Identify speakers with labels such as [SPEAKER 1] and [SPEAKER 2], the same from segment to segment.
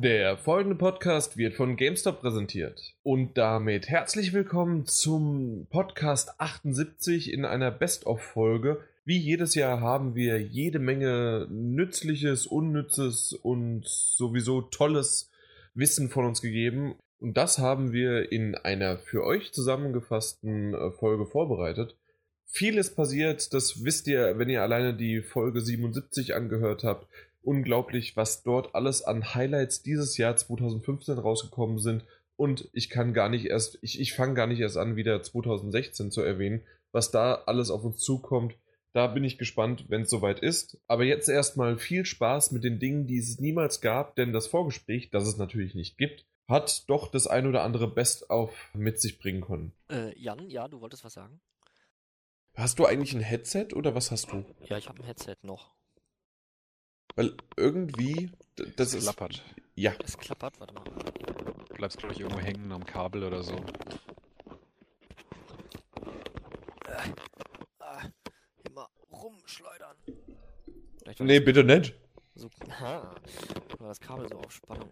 [SPEAKER 1] Der folgende Podcast wird von GameStop präsentiert. Und damit herzlich willkommen zum Podcast 78 in einer Best-of-Folge. Wie jedes Jahr haben wir jede Menge nützliches, unnützes und sowieso tolles Wissen von uns gegeben. Und das haben wir in einer für euch zusammengefassten äh, Folge vorbereitet. Vieles passiert, das wisst ihr, wenn ihr alleine die Folge 77 angehört habt unglaublich, was dort alles an Highlights dieses Jahr 2015 rausgekommen sind. Und ich kann gar nicht erst, ich, ich fange gar nicht erst an, wieder 2016 zu erwähnen, was da alles auf uns zukommt. Da bin ich gespannt, wenn es soweit ist. Aber jetzt erstmal viel Spaß mit den Dingen, die es niemals gab, denn das Vorgespräch, das es natürlich nicht gibt, hat doch das ein oder andere Best-of mit sich bringen können.
[SPEAKER 2] Äh, Jan, ja, du wolltest was sagen?
[SPEAKER 1] Hast du eigentlich ein Headset oder was hast du?
[SPEAKER 2] Ja, ich habe ein Headset noch.
[SPEAKER 1] Weil irgendwie, d- das ist.
[SPEAKER 3] klappert.
[SPEAKER 1] Ja,
[SPEAKER 2] Es klappert, warte mal.
[SPEAKER 3] Bleibst, glaube ich, irgendwo hängen am Kabel oder so.
[SPEAKER 2] Ah, immer rumschleudern. Vielleicht war
[SPEAKER 1] nee,
[SPEAKER 2] das
[SPEAKER 1] bitte nicht.
[SPEAKER 2] so, aha, war das Kabel so auf Spannung.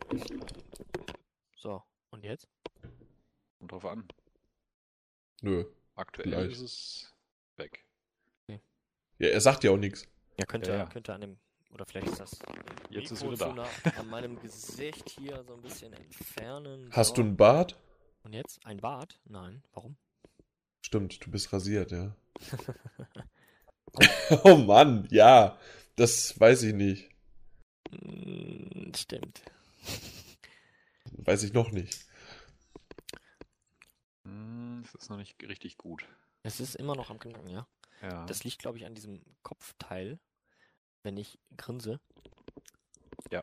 [SPEAKER 2] So, und jetzt?
[SPEAKER 3] Kommt drauf an.
[SPEAKER 1] Nö.
[SPEAKER 3] Aktuell
[SPEAKER 1] Gleich.
[SPEAKER 3] ist es weg.
[SPEAKER 1] Ja, er sagt ja auch nichts.
[SPEAKER 2] Ja, könnte,
[SPEAKER 3] Ja, ja.
[SPEAKER 2] könnte an dem, oder vielleicht ist das
[SPEAKER 3] Jetzt ist
[SPEAKER 2] Mikro
[SPEAKER 3] wieder da.
[SPEAKER 2] zu nah an meinem Gesicht hier so ein bisschen entfernen.
[SPEAKER 1] Hast
[SPEAKER 2] so.
[SPEAKER 1] du einen Bart?
[SPEAKER 2] Und jetzt? Ein Bart? Nein, warum?
[SPEAKER 1] Stimmt, du bist rasiert, ja. oh Mann, ja. Das weiß ich nicht.
[SPEAKER 2] Mm, Stimmt.
[SPEAKER 1] Weiß ich noch nicht.
[SPEAKER 3] Hm, es ist noch nicht richtig gut.
[SPEAKER 2] Es ist immer noch am Knacken, ja?
[SPEAKER 3] Ja.
[SPEAKER 2] Das liegt, glaube ich, an diesem Kopfteil, wenn ich grinse.
[SPEAKER 3] Ja.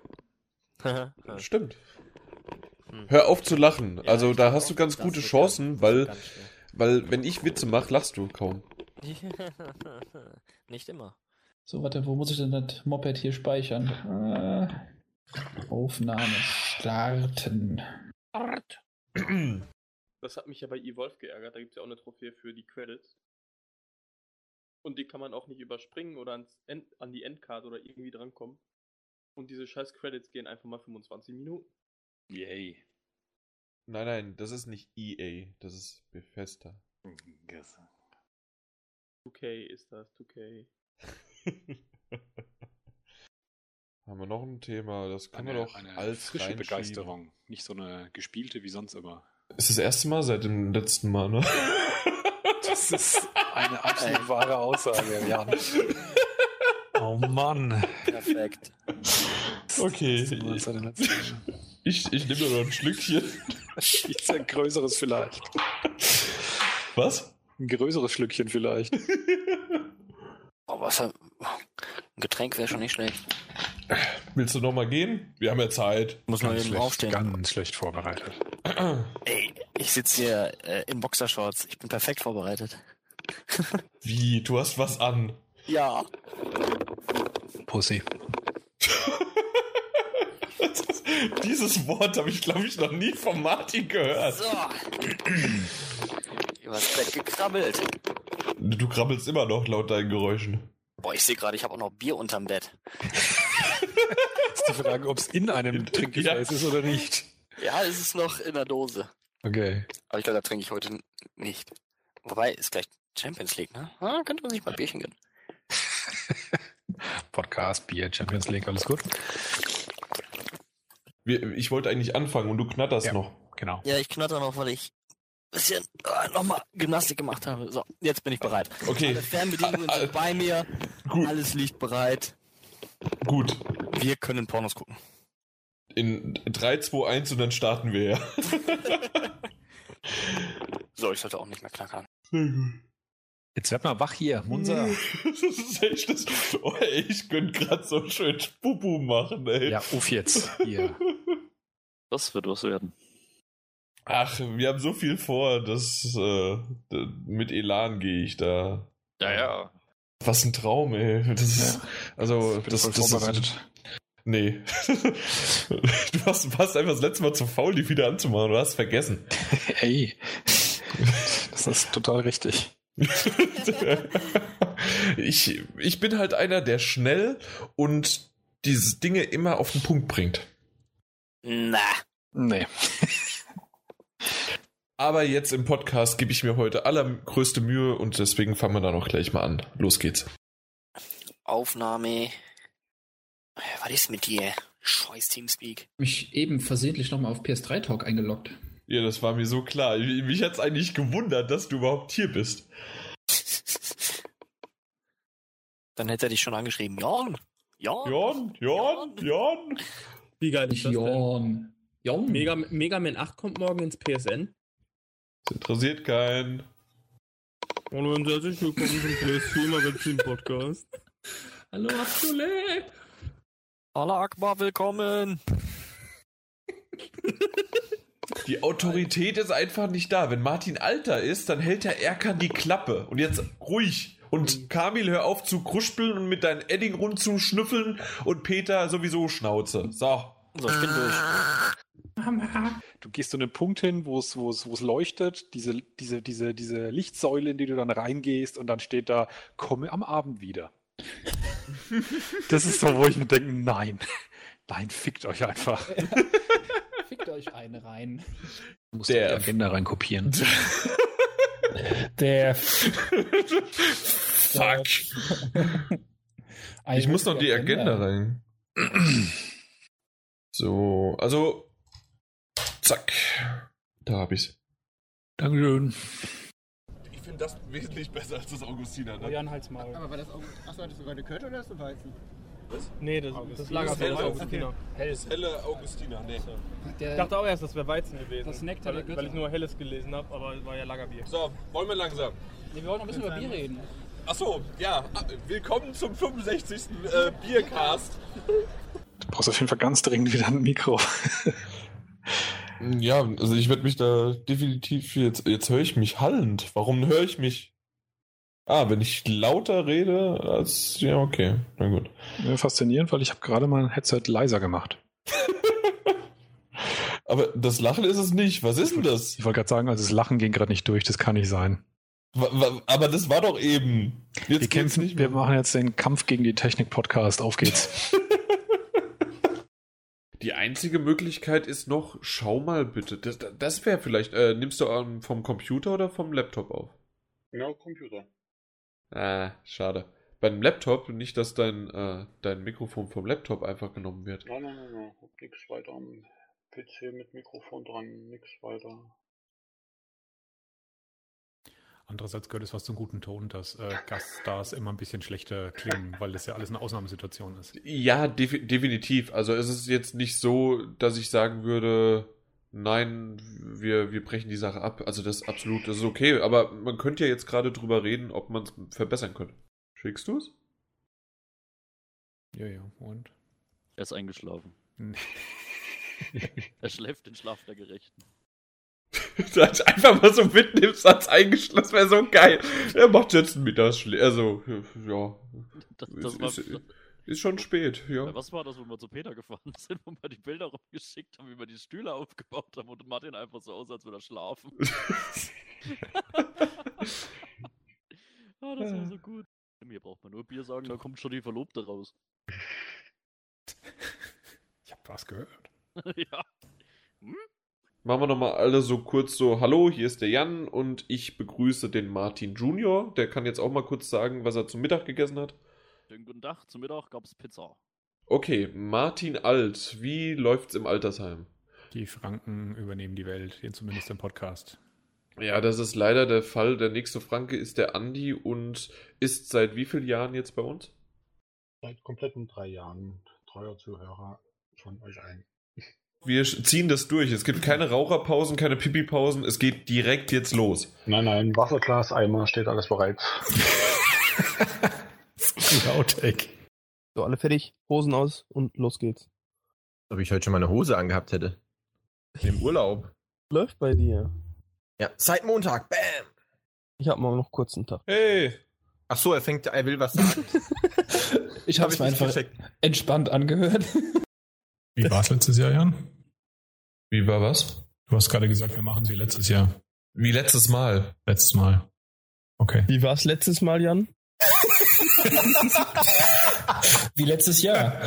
[SPEAKER 2] Haha,
[SPEAKER 1] Stimmt.
[SPEAKER 2] hm.
[SPEAKER 1] Hör auf zu lachen.
[SPEAKER 2] Ja,
[SPEAKER 1] also
[SPEAKER 2] ich
[SPEAKER 1] da
[SPEAKER 2] glaub
[SPEAKER 1] hast du
[SPEAKER 2] auch,
[SPEAKER 1] ganz
[SPEAKER 2] das
[SPEAKER 1] gute
[SPEAKER 2] wird
[SPEAKER 1] Chancen,
[SPEAKER 2] ganz-
[SPEAKER 1] weil,
[SPEAKER 2] das wird
[SPEAKER 1] weil wenn ich Witze mache, lachst du kaum.
[SPEAKER 2] ganz schwer. Nicht immer.
[SPEAKER 4] So, warte, wo muss ich denn das Moped hier speichern? Äh, Aufnahme starten.
[SPEAKER 5] Das hat mich ja bei E-Wolf geärgert. Da gibt es ja auch eine Trophäe für die Credits. Und die kann man auch nicht überspringen oder ans End, an die Endcard oder irgendwie drankommen. Und diese scheiß Credits gehen einfach mal 25 Minuten.
[SPEAKER 3] Yay.
[SPEAKER 1] Nein, nein, das ist nicht EA, das ist Bethesda.
[SPEAKER 3] Yes.
[SPEAKER 5] 2K ist das, 2K.
[SPEAKER 1] Haben wir noch ein Thema? Das können
[SPEAKER 3] Eine,
[SPEAKER 1] wir doch
[SPEAKER 3] eine
[SPEAKER 1] als
[SPEAKER 3] frische
[SPEAKER 1] reinschieben.
[SPEAKER 3] Begeisterung. Nicht so eine gespielte wie sonst immer.
[SPEAKER 1] Ist das erste Mal seit dem letzten Mal, ne?
[SPEAKER 3] Das ist eine absolut wahre Aussage, Jan. Oh Mann.
[SPEAKER 2] Perfekt.
[SPEAKER 1] Okay.
[SPEAKER 3] Das war der letzte.
[SPEAKER 1] Ich, ich nehme nur noch ein Schlückchen.
[SPEAKER 3] Ist ein größeres vielleicht.
[SPEAKER 1] Was?
[SPEAKER 3] Ein größeres Schlückchen vielleicht.
[SPEAKER 2] Oh, Wasser. Ein Getränk wäre schon nicht schlecht.
[SPEAKER 1] Willst du nochmal gehen? Wir haben ja Zeit.
[SPEAKER 2] Muss man eben aufstehen.
[SPEAKER 3] ganz schlecht vorbereitet.
[SPEAKER 2] Ey, ich sitze hier äh, in Boxershorts. Ich bin perfekt vorbereitet.
[SPEAKER 1] Wie? Du hast was an.
[SPEAKER 2] Ja.
[SPEAKER 3] Pussy.
[SPEAKER 1] Das ist- Dieses Wort habe ich, glaube ich, noch nie von Martin gehört.
[SPEAKER 2] So. Übers Bett gekrabbelt.
[SPEAKER 1] Du krabbelst immer noch laut deinen Geräuschen.
[SPEAKER 2] Boah, ich sehe gerade, ich habe auch noch Bier unterm Bett.
[SPEAKER 3] Ist die Frage, ob es in einem Trinkgefäß ist oder nicht.
[SPEAKER 2] Ja, es ist noch in der Dose.
[SPEAKER 3] Okay.
[SPEAKER 2] Aber ich glaube, da trinke ich heute n- nicht. Wobei, ist gleich Champions League, ne? Ah, könnte man sich mal ein Bierchen gönnen.
[SPEAKER 3] Podcast, Bier, Champions League, alles gut?
[SPEAKER 1] Wir, ich wollte eigentlich anfangen und du knatterst
[SPEAKER 3] Ja.
[SPEAKER 1] noch.
[SPEAKER 3] Genau.
[SPEAKER 2] Ja, ich knatter noch, weil ich ein bisschen äh, nochmal Gymnastik gemacht habe. So, jetzt bin ich bereit.
[SPEAKER 1] Okay,
[SPEAKER 2] Alle Fernbedienungen
[SPEAKER 1] Al-
[SPEAKER 2] sind bei mir.
[SPEAKER 1] Gut.
[SPEAKER 2] Alles liegt bereit.
[SPEAKER 1] gut.
[SPEAKER 2] Wir können Pornos gucken.
[SPEAKER 1] In 3, 2, 1 und dann starten wir ja.
[SPEAKER 2] So, ich sollte auch nicht mehr knackern.
[SPEAKER 6] Mhm.
[SPEAKER 3] Jetzt werd mal wach hier, Munsa.
[SPEAKER 1] Das ist echt das. Oh, ey, ich könnte gerade so schön Spupu machen, ey.
[SPEAKER 3] Ja, uff jetzt. Hier.
[SPEAKER 7] Das wird was werden.
[SPEAKER 1] Ach, wir haben so viel vor, dass äh, d- mit Elan gehe ich da.
[SPEAKER 7] Ja, ja.
[SPEAKER 1] Was ein Traum, ey. Das ist, also,
[SPEAKER 3] Ich bin
[SPEAKER 1] das,
[SPEAKER 3] voll
[SPEAKER 1] das ist
[SPEAKER 3] vorbereitet.
[SPEAKER 1] Nee. Du warst, warst einfach das letzte Mal zu faul, die wieder anzumachen. Du hast es vergessen.
[SPEAKER 3] Ey. Das ist total richtig.
[SPEAKER 1] ich, ich bin halt einer, der schnell und diese Dinge immer auf den Punkt bringt.
[SPEAKER 2] Na.
[SPEAKER 3] Nee.
[SPEAKER 1] Aber jetzt im Podcast gebe ich mir heute allergrößte Mühe und deswegen fangen wir dann auch gleich mal an. Los geht's.
[SPEAKER 2] Aufnahme. Äh, Was ist mit dir? Scheiß Teamspeak.
[SPEAKER 4] Mich eben versehentlich nochmal auf PS3 Talk eingeloggt.
[SPEAKER 1] Ja, das war mir so klar. Mich hat's eigentlich gewundert, dass du überhaupt hier bist.
[SPEAKER 2] Dann hätte er dich schon angeschrieben. Jan. Jan.
[SPEAKER 1] Jon, Jon, Jon.
[SPEAKER 6] Wie geil ist
[SPEAKER 4] Ich
[SPEAKER 6] das denn?
[SPEAKER 4] jorn. Jorn.
[SPEAKER 6] Mega, Mega Man 8 kommt morgen ins PSN.
[SPEAKER 1] Das interessiert keinen.
[SPEAKER 6] Hallo und herzlich willkommen zum PS4 Magazin Podcast.
[SPEAKER 4] Hallo, Abdullah.
[SPEAKER 2] Allah Akbar, willkommen.
[SPEAKER 1] Die Autorität ist einfach nicht da. Wenn Martin alter ist, dann hält der Erkan die Klappe. Und jetzt ruhig.
[SPEAKER 4] Mhm.
[SPEAKER 1] Und Kamil, hör auf zu kruspeln und mit deinen Edding rumzuschnüffeln. Und Peter sowieso Schnauze. So.
[SPEAKER 2] So, ich bin durch.
[SPEAKER 3] Du gehst zu einem Punkt hin, wo es, wo es, wo es leuchtet, diese, diese, diese, diese Lichtsäule, in die du dann reingehst und dann steht da, komme am Abend wieder. das ist so, wo ich mir denke, nein. Nein, fickt euch einfach.
[SPEAKER 4] Fickt euch einen rein.
[SPEAKER 3] Du musst
[SPEAKER 1] Der-
[SPEAKER 3] die Agenda reinkopieren.
[SPEAKER 4] Der.
[SPEAKER 1] Fuck. Ich muss noch die Agenda rein. So, also. Zack. Da hab ich's.
[SPEAKER 3] Dankeschön.
[SPEAKER 1] Ich finde das wesentlich besser als das Augustiner.
[SPEAKER 6] Oh, Jan, halt's Maul.
[SPEAKER 8] Aber war das auch. Achso, hattest du gerade Kötte oder hast du Weizen?
[SPEAKER 6] Nee, das, das Lagerfeld
[SPEAKER 1] Das
[SPEAKER 6] ist
[SPEAKER 1] ist
[SPEAKER 6] Augustiner.
[SPEAKER 1] Das helle Augustiner, nee.
[SPEAKER 6] Ich
[SPEAKER 4] Der,
[SPEAKER 6] dachte auch erst, das wäre Weizen gewesen.
[SPEAKER 4] Das Nektar der
[SPEAKER 6] weil,
[SPEAKER 4] Götter.
[SPEAKER 6] weil ich nur Helles gelesen habe, aber es war ja Lagerbier.
[SPEAKER 1] So, wollen wir langsam.
[SPEAKER 4] nee, wir wollen noch ein bisschen über Bier reden.
[SPEAKER 1] Achso, ja, Ah, willkommen zum 65. Äh, Biercast.
[SPEAKER 3] Du brauchst auf jeden Fall ganz dringend wieder ein Mikro.
[SPEAKER 1] Ja, also ich werde mich da definitiv jetzt, jetzt höre ich mich hallend. Warum höre ich mich? Ah, wenn ich lauter rede, als, ja, okay, na gut.
[SPEAKER 3] Ja, faszinierend, weil ich habe gerade mein Headset leiser gemacht.
[SPEAKER 1] Aber das Lachen ist es nicht. Was ist denn das?
[SPEAKER 3] Ich wollte gerade sagen, also das Lachen ging gerade nicht durch, das kann nicht sein.
[SPEAKER 1] Wa- wa- Aber das war doch eben. Jetzt
[SPEAKER 3] Wir
[SPEAKER 1] geht's
[SPEAKER 3] kämpfen,
[SPEAKER 1] nicht
[SPEAKER 3] wir
[SPEAKER 1] mehr.
[SPEAKER 3] machen jetzt den Kampf gegen die Technik-Podcast. Auf geht's.
[SPEAKER 1] Die einzige Möglichkeit ist noch, schau mal bitte. Das, das wäre vielleicht, äh, nimmst du ähm, vom Computer oder vom Laptop auf?
[SPEAKER 9] Genau, Computer.
[SPEAKER 1] Ah, schade. Beim Laptop, nicht, dass dein, äh, dein Mikrofon vom Laptop einfach genommen wird.
[SPEAKER 9] Nein, nein, nein, nein. Hab nix weiter am PC mit Mikrofon dran, nix weiter.
[SPEAKER 10] Andererseits gehört es was zum guten Ton, dass äh, Gaststars immer ein bisschen schlechter klingen, weil das ja alles eine Ausnahmesituation ist.
[SPEAKER 1] Ja, defi- definitiv. Also es ist jetzt nicht so, dass ich sagen würde, nein, wir, wir brechen die Sache ab. Also das ist absolut, das ist okay. Aber man könnte ja jetzt gerade drüber reden, ob man es verbessern könnte. Schickst du es?
[SPEAKER 10] Ja, ja, und?
[SPEAKER 7] Er ist eingeschlafen.
[SPEAKER 10] Nee.
[SPEAKER 7] Er schläft den Schlaf der Gerechten.
[SPEAKER 1] Das halt einfach mal so mitten im Satz eingeschlossen, das wäre so geil. Er macht jetzt einen Mittagsschlaf. Also, ja.
[SPEAKER 7] Das,
[SPEAKER 1] Ist-
[SPEAKER 7] das war,
[SPEAKER 1] ist- Ist schon spät, ja.
[SPEAKER 7] Was war das, wo wir zu Peter gefahren sind, wo wir die Bilder rumgeschickt haben, wie wir die Stühle aufgebaut haben und Martin einfach so aus, als würde er schlafen. Ah, das war so gut. Mir braucht man nur Bier sagen, da kommt schon die Verlobte raus.
[SPEAKER 10] Ich habe was gehört.
[SPEAKER 7] ja.
[SPEAKER 1] Machen wir nochmal alle so kurz so, hallo, hier ist der Jan und ich begrüße den Martin Junior. Der kann jetzt auch mal kurz sagen, was er zum Mittag gegessen hat.
[SPEAKER 7] Schönen guten Tag, zum Mittag gab es Pizza.
[SPEAKER 1] Okay, Martin Alt, wie läuft's im Altersheim?
[SPEAKER 10] Die Franken übernehmen die Welt, hier zumindest im Podcast.
[SPEAKER 1] Ja, das ist leider der Fall. Der nächste Franke ist der Andi und ist seit wie vielen Jahren jetzt bei uns?
[SPEAKER 9] Seit kompletten drei Jahren treuer Zuhörer von euch ein.
[SPEAKER 1] Wir sch- ziehen das durch. Es gibt keine Raucherpausen, keine Pipi-Pausen. Es geht direkt jetzt los.
[SPEAKER 9] Nein, nein, Wasserglas, Eimer, steht alles bereit.
[SPEAKER 10] Outtake.
[SPEAKER 11] So, alle fertig, Hosen aus und los geht's.
[SPEAKER 12] Ob ich heute schon mal eine Hose angehabt hätte. Im Urlaub.
[SPEAKER 11] Läuft bei dir.
[SPEAKER 12] Ja, seit Montag. Bam.
[SPEAKER 11] Ich hab mal noch kurz einen Tag.
[SPEAKER 1] Hey!
[SPEAKER 12] Ach so, er fängt, er will was sagen.
[SPEAKER 4] Ich hab's mir
[SPEAKER 12] nicht
[SPEAKER 4] einfach
[SPEAKER 12] gecheckt.
[SPEAKER 4] entspannt angehört.
[SPEAKER 10] Wie war es letztes Jahr, Jan?
[SPEAKER 1] Wie war was?
[SPEAKER 10] Du hast gerade gesagt, wir machen sie letztes Jahr.
[SPEAKER 1] Wie letztes Mal.
[SPEAKER 10] Letztes Mal. Okay.
[SPEAKER 11] Wie war's letztes Mal, Jan?
[SPEAKER 4] Wie letztes Jahr.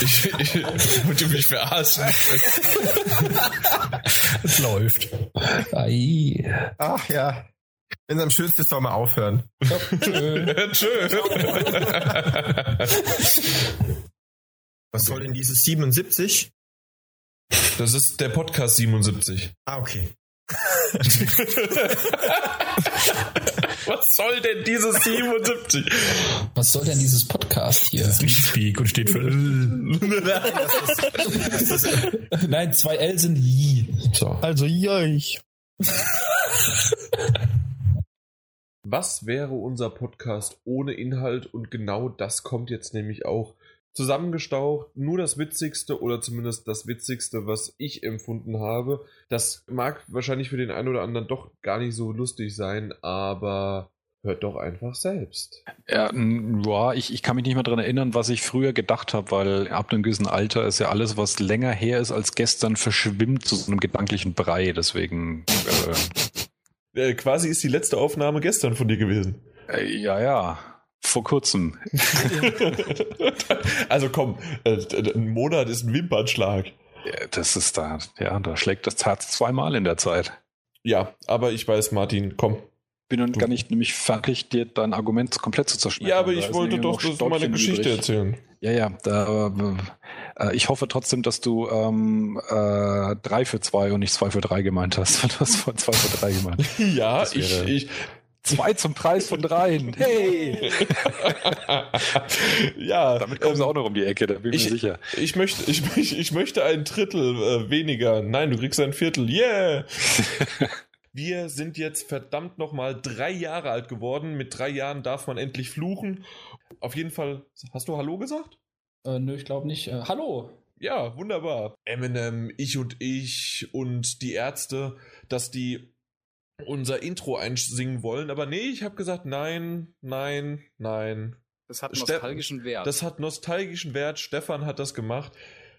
[SPEAKER 13] Ich, ich wollte mich verarschen.
[SPEAKER 12] Es läuft. Ai. Ach ja. Wenn es am schönsten ist, soll man aufhören.
[SPEAKER 13] Tschö.
[SPEAKER 12] Was soll denn dieses 77?
[SPEAKER 1] Das ist der Podcast 77.
[SPEAKER 12] Ah, okay.
[SPEAKER 1] Was soll denn dieses 77?
[SPEAKER 4] Was soll denn dieses Podcast hier?
[SPEAKER 10] Speak und steht für.
[SPEAKER 4] Nein, zwei L sind Yi.
[SPEAKER 11] Also, ja, ich.
[SPEAKER 1] Was wäre unser Podcast ohne Inhalt? Und genau das kommt jetzt nämlich auch zusammengestaucht. Nur das Witzigste oder zumindest das Witzigste, was ich empfunden habe. Das mag wahrscheinlich für den einen oder anderen doch gar nicht so lustig sein, aber hört doch einfach selbst.
[SPEAKER 3] Ja, n- boah, ich, ich kann mich nicht mehr daran erinnern, was ich früher gedacht habe, weil ab einem gewissen Alter ist ja alles, was länger her ist als gestern, verschwimmt zu so einem gedanklichen Brei. Deswegen.
[SPEAKER 1] Äh, quasi ist die letzte Aufnahme gestern von dir gewesen.
[SPEAKER 3] Äh, äh, ja, ja. Vor kurzem.
[SPEAKER 1] Also komm, äh, ein Monat ist ein Wimpernschlag.
[SPEAKER 3] Ja, Das ist da, ja, da schlägt das Herz zweimal in der Zeit.
[SPEAKER 1] Ja, aber ich weiß, Martin, komm.
[SPEAKER 3] Bin noch gar nicht nämlich fertig, dir dein Argument komplett zu zerschneiden.
[SPEAKER 1] Ja, aber
[SPEAKER 3] Da
[SPEAKER 1] ich
[SPEAKER 3] ist
[SPEAKER 1] wollte
[SPEAKER 3] nämlich
[SPEAKER 1] doch
[SPEAKER 3] noch
[SPEAKER 1] das meine
[SPEAKER 3] Stäubchen
[SPEAKER 1] Geschichte
[SPEAKER 3] übrig.
[SPEAKER 1] erzählen.
[SPEAKER 3] Ja, ja, da, äh, ich hoffe trotzdem, dass du ähm, äh, drei für zwei und nicht zwei für drei gemeint hast. Du hast von zwei für drei gemeint.
[SPEAKER 1] Ja,
[SPEAKER 3] Das
[SPEAKER 1] ich,
[SPEAKER 3] wäre-
[SPEAKER 1] ich.
[SPEAKER 3] Zwei zum Preis von dreien. Hey!
[SPEAKER 1] ja.
[SPEAKER 3] Damit kommen sie auch noch um die Ecke, da bin ich mir sicher.
[SPEAKER 1] Ich möchte, ich, möchte- ich möchte ein Drittel äh, weniger. Nein, du kriegst ein Viertel. Yeah! Wir sind jetzt verdammt nochmal drei Jahre alt geworden. Mit drei Jahren darf man endlich fluchen. Auf jeden Fall, hast du Hallo gesagt?
[SPEAKER 4] Äh, nö, ich glaube nicht. Äh, hallo.
[SPEAKER 1] Ja, wunderbar. Eminem, ich und ich und die Ärzte, dass die unser Intro einsingen wollen. Aber nee, ich habe gesagt, nein, nein, nein.
[SPEAKER 14] Das hat
[SPEAKER 1] Ste-
[SPEAKER 14] nostalgischen Wert.
[SPEAKER 1] Das hat nostalgischen Wert. Stefan hat das gemacht.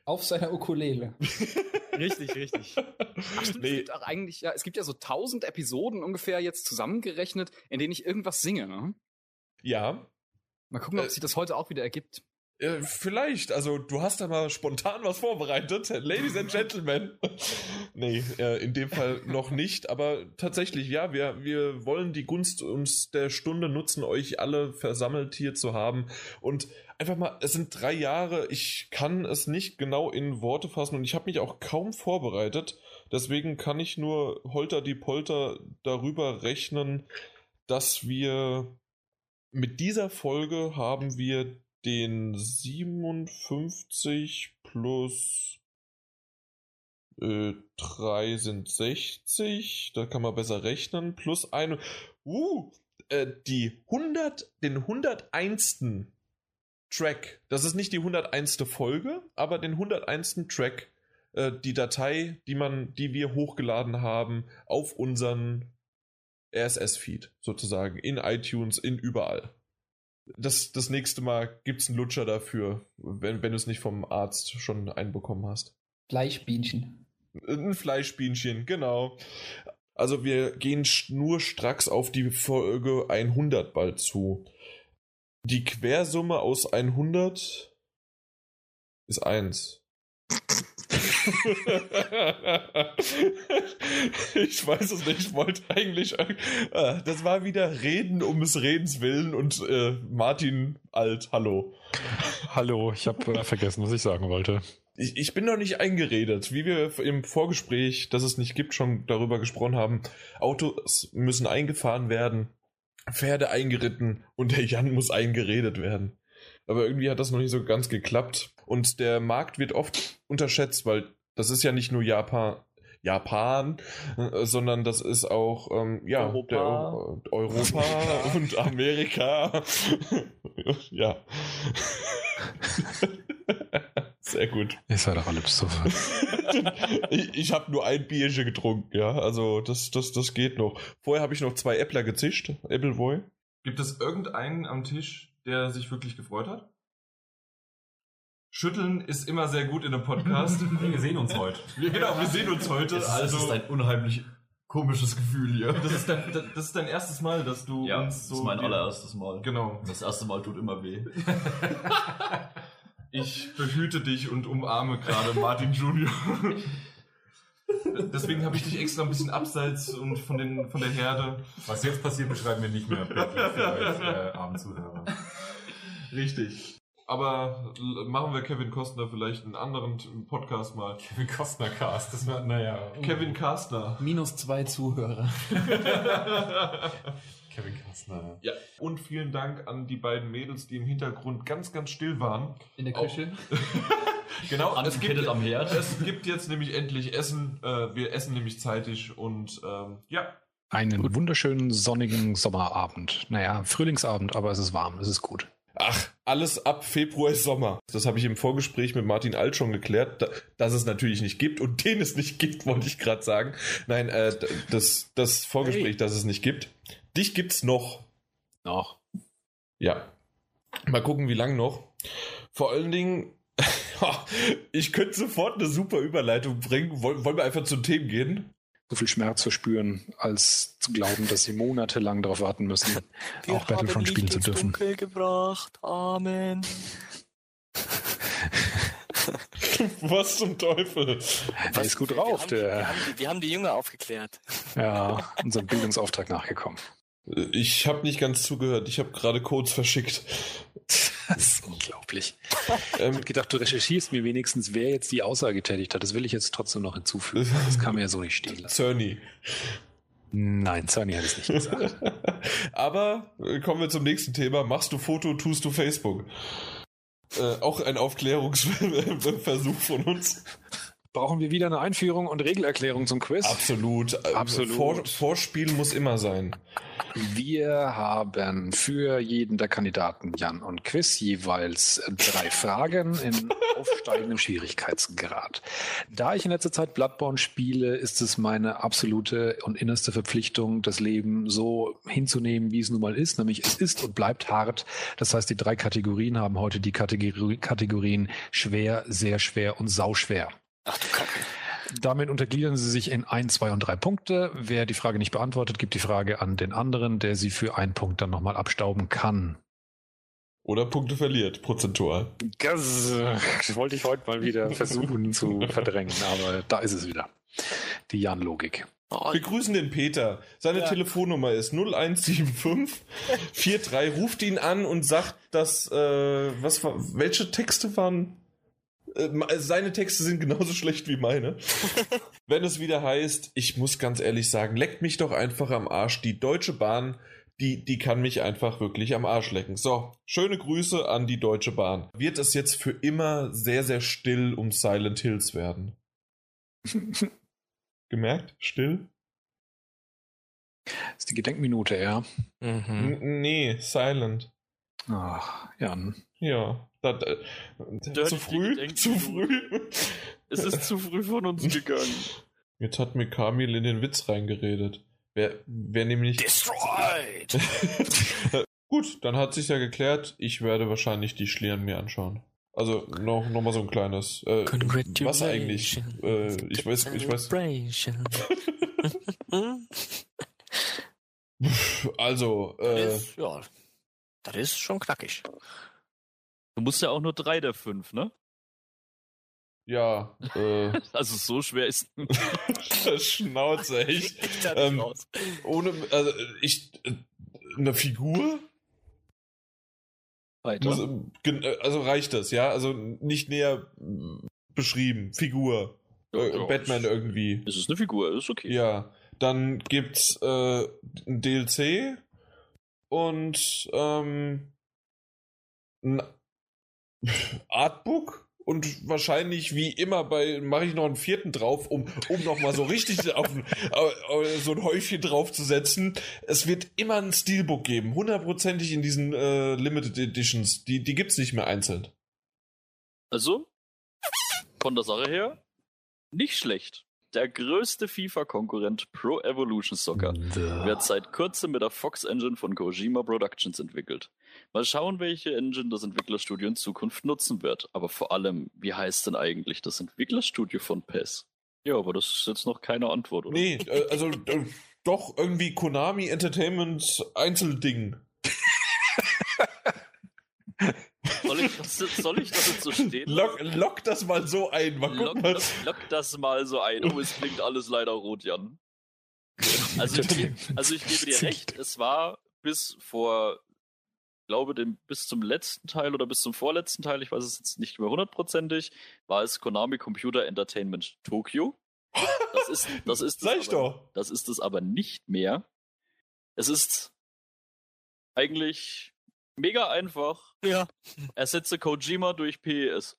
[SPEAKER 4] Auf seiner Ukulele.
[SPEAKER 14] Richtig, richtig. Ach, stimmt, es gibt auch eigentlich, ja, es gibt ja so 1000 Episoden ungefähr jetzt zusammengerechnet, in denen ich irgendwas singe. Ne?
[SPEAKER 1] Ja.
[SPEAKER 14] Mal gucken, ob
[SPEAKER 15] Äh,
[SPEAKER 14] sich das heute auch wieder ergibt.
[SPEAKER 1] Äh, vielleicht, also du hast da mal spontan was vorbereitet, Ladies and Gentlemen. nee, äh, in dem Fall noch nicht, aber tatsächlich, ja, wir, wir wollen die Gunst uns der Stunde nutzen, euch alle versammelt hier zu haben. Und einfach mal, es sind drei Jahre, ich kann es nicht genau in Worte fassen und ich habe mich auch kaum vorbereitet. Deswegen kann ich nur holter die Polter darüber rechnen, dass wir mit dieser Folge haben wir den 57 plus äh, 3 sind 60, da kann man besser rechnen, plus 1, uh, äh, die 100, den 101. Track, das ist nicht die 101. Folge, aber den 101. Track, äh, die Datei, die man, die wir hochgeladen haben auf unseren RSS-Feed sozusagen, in iTunes, in überall. Das, das nächste Mal gibt es einen Lutscher dafür, wenn, wenn du es nicht vom Arzt schon einbekommen hast.
[SPEAKER 4] Fleischbienchen.
[SPEAKER 1] Ein Fleischbienchen, genau. Also wir gehen schnurstracks auf die Folge 100 bald zu. Die Quersumme aus 100 ist 1. ich weiß es nicht, ich wollte eigentlich. Ah, Das war wieder Reden um des Redens willen und äh, Martin alt, hallo.
[SPEAKER 10] Hallo, ich habe äh, vergessen, was ich sagen wollte.
[SPEAKER 1] Ich, ich bin noch nicht eingeredet. Wie wir im Vorgespräch, das es nicht gibt, schon darüber gesprochen haben. Autos müssen eingefahren werden, Pferde eingeritten und der Jan muss eingeredet werden. Aber irgendwie hat das noch nicht so ganz geklappt. Und der Markt wird oft unterschätzt, weil das ist ja nicht nur Japan, Japan, äh, sondern das ist auch ähm, ja,
[SPEAKER 5] Europa.
[SPEAKER 1] der Eu- Europa und Amerika. ja. Sehr gut.
[SPEAKER 10] Ihr seid doch alle besoffen.
[SPEAKER 1] ich ich habe nur ein Bierchen getrunken, ja. Also das, das, das geht noch. Vorher habe ich noch zwei Äppler gezischt. Appleboy.
[SPEAKER 15] Gibt es irgendeinen am Tisch, der sich wirklich gefreut hat? Schütteln ist immer sehr gut in einem Podcast.
[SPEAKER 9] Wir sehen uns heute.
[SPEAKER 15] Wir, genau, wir sehen uns heute.
[SPEAKER 9] Es ist- es
[SPEAKER 15] also
[SPEAKER 9] ist ein
[SPEAKER 15] unheimlich komisches Gefühl hier. Das ist dein, das ist dein erstes Mal, dass du
[SPEAKER 16] Ja,
[SPEAKER 15] uns so.
[SPEAKER 16] das ist mein
[SPEAKER 15] die-
[SPEAKER 16] allererstes Mal.
[SPEAKER 15] Genau.
[SPEAKER 16] Das erste Mal tut immer weh.
[SPEAKER 15] Ich behüte dich und umarme gerade Martin Junior. Deswegen habe ich dich extra ein bisschen abseits und von, den, von der Herde.
[SPEAKER 17] Was jetzt passiert, beschreiben wir nicht mehr wirklich für euch äh, armen Zuhörer.
[SPEAKER 15] Richtig. Aber l- machen wir Kevin Costner vielleicht einen anderen T- Podcast mal. Kevin Costner Cast, das war, naja. Kevin Costner.
[SPEAKER 4] Minus zwei Zuhörer.
[SPEAKER 15] Kevin Costner. Ja. Und vielen Dank an die beiden Mädels, die im Hintergrund ganz, ganz still waren.
[SPEAKER 4] In der Küche.
[SPEAKER 15] genau, Oh. es
[SPEAKER 16] Angekettet
[SPEAKER 15] gibt,
[SPEAKER 16] am Herd.
[SPEAKER 15] es gibt jetzt nämlich endlich Essen. Äh, wir essen nämlich zeitig und ähm, ja,
[SPEAKER 3] Einen wunderschönen sonnigen Sommerabend. Naja, Frühlingsabend, aber es ist warm, es ist gut.
[SPEAKER 1] Ach, alles ab Februar ist Sommer. Das habe ich im Vorgespräch mit Martin Alt schon geklärt, da- dass es natürlich nicht gibt und den es nicht gibt, wollte ich gerade sagen. Nein, äh, d- das, das Vorgespräch, dass es nicht gibt. Dich gibt's noch.
[SPEAKER 3] Noch.
[SPEAKER 1] Ja. Mal gucken, wie lang noch. Vor allen Dingen, ich könnte sofort eine super Überleitung bringen. Wollen, wollen wir einfach zu Themen gehen?
[SPEAKER 3] So viel Schmerz verspüren, als zu glauben, dass sie monatelang darauf warten müssen, auch Battlefront spielen zu dürfen.
[SPEAKER 2] gebracht. Amen.
[SPEAKER 1] Was zum Teufel?
[SPEAKER 3] Er ist gut drauf, der.
[SPEAKER 2] Wir haben die Jünger aufgeklärt.
[SPEAKER 3] Ja, unserem Bildungsauftrag nachgekommen.
[SPEAKER 1] Ich habe nicht ganz zugehört. Ich habe gerade Codes verschickt.
[SPEAKER 3] Das ist unglaublich. Ich habe gedacht, du recherchierst mir wenigstens, wer jetzt die Aussage getätigt hat. Das will ich jetzt trotzdem noch hinzufügen. Das kann mir ja so nicht stehen lassen.
[SPEAKER 1] Cerny.
[SPEAKER 3] Nein, Cerny hat es nicht gesagt.
[SPEAKER 1] Aber äh, kommen wir zum nächsten Thema. Machst du Foto, tust du Facebook? Äh, auch ein Aufklärungsversuch von uns.
[SPEAKER 3] Brauchen wir wieder eine Einführung und Regelerklärung zum Quiz?
[SPEAKER 1] Absolut. Äh,
[SPEAKER 3] Absolut.
[SPEAKER 1] Vor, Vorspiel muss immer sein.
[SPEAKER 3] Wir haben für jeden der Kandidaten Jan und Quiz jeweils drei Fragen in aufsteigendem Schwierigkeitsgrad. Da ich in letzter Zeit Bloodborne spiele, ist es meine absolute und innerste Verpflichtung, das Leben so hinzunehmen, wie es nun mal ist, nämlich es ist und bleibt hart. Das heißt, die drei Kategorien haben heute die Kategori Kategorien schwer, sehr schwer und sauschwer. Damit untergliedern sie sich in ein, zwei und drei Punkte. Wer die Frage nicht beantwortet, gibt die Frage an den anderen, der sie für einen Punkt dann nochmal abstauben kann.
[SPEAKER 1] Oder Punkte verliert, prozentual.
[SPEAKER 3] Das äh, wollte ich heute mal wieder versuchen zu verdrängen, aber da ist es wieder. Die Jan-Logik.
[SPEAKER 2] Oh.
[SPEAKER 1] Wir grüßen den Peter. Seine Telefonnummer ist 0175 43. Ruft ihn an und sagt, dass, äh, was war, welche Texte waren? Äh, me- Seine Texte sind genauso schlecht wie meine. Wenn es wieder heißt, ich muss ganz ehrlich sagen, leckt mich doch einfach am Arsch. Die Deutsche Bahn, die, die kann mich einfach wirklich am Arsch lecken. So, schöne Grüße an die Deutsche Bahn. Wird es jetzt für immer sehr, sehr still um Silent Hills werden? Gemerkt? Still?
[SPEAKER 3] Das ist die Gedenkminute, ja. Hm.
[SPEAKER 7] Mhm.
[SPEAKER 1] N- Nee, silent.
[SPEAKER 3] Ach, Jan.
[SPEAKER 1] Ja. Da, da, zu früh? Zu früh?
[SPEAKER 7] Es ist zu früh von uns gegangen.
[SPEAKER 1] Jetzt hat mir Kamil in den Witz reingeredet. Wer, wer nämlich.
[SPEAKER 2] Destroyed!
[SPEAKER 1] Gut, dann hat sich ja geklärt. Ich werde wahrscheinlich die Schlieren mir anschauen. Also noch, noch mal so ein kleines. Äh, was eigentlich? Äh, ich weiß, ich weiß.
[SPEAKER 2] Hm?
[SPEAKER 1] Also, äh,
[SPEAKER 7] ist, ja, das ist schon knackig. Du musst ja auch nur drei der fünf, ne?
[SPEAKER 1] ja, äh,
[SPEAKER 7] Also so schwer ist
[SPEAKER 1] Schnauze, echt. Ähm, ohne, also ich, äh, eine Figur? Muss, ähm, gen- äh, also reicht das, ja? Also nicht näher mm, beschrieben. Figur. äh,
[SPEAKER 7] ja.
[SPEAKER 1] Batman irgendwie.
[SPEAKER 7] Es ist eine Figur, ist okay.
[SPEAKER 1] Ja. Dann gibt's äh, ein DLC und ähm, ein Artbook und wahrscheinlich wie immer bei mache ich noch einen vierten drauf, um um noch mal so richtig auf ein- au- au- so ein Häufchen draufzusetzen. Es wird immer ein Steelbook geben, hundertprozentig in diesen äh, Limited Editions. Die die gibt's nicht mehr einzeln.
[SPEAKER 7] Also, von der Sache her, nicht schlecht. Der größte FIFA-Konkurrent Pro Evolution Soccer wird seit kurzem mit der Fox Engine von Kojima Productions entwickelt. Mal schauen, welche Engine das Entwicklerstudio in Zukunft nutzen wird. Aber vor allem, wie heißt denn eigentlich das Entwicklerstudio von PES? Ja, aber das ist jetzt noch keine Antwort, oder?
[SPEAKER 1] Nee, äh, also äh, doch irgendwie Konami Entertainment Einzelding.
[SPEAKER 7] Soll ich, das, soll ich das jetzt so stehen?
[SPEAKER 1] Lock, lock das mal so ein. Mal
[SPEAKER 7] Lock
[SPEAKER 1] gucken, was-
[SPEAKER 7] das, lock das mal so ein. Oh, es klingt alles leider rot, Jan. Also ich, ge- also ich gebe dir recht, es war bis vor, ich glaube dem, bis zum letzten Teil oder bis zum vorletzten Teil, ich weiß es jetzt nicht mehr hundertprozentig, war es Konami Computer Entertainment Tokyo. Das ist das, ist
[SPEAKER 1] Sag
[SPEAKER 7] es
[SPEAKER 1] ich
[SPEAKER 7] aber, das ist es aber nicht mehr. Es ist eigentlich mega einfach.
[SPEAKER 2] Ja.
[SPEAKER 7] Ersetze Kojima durch PES.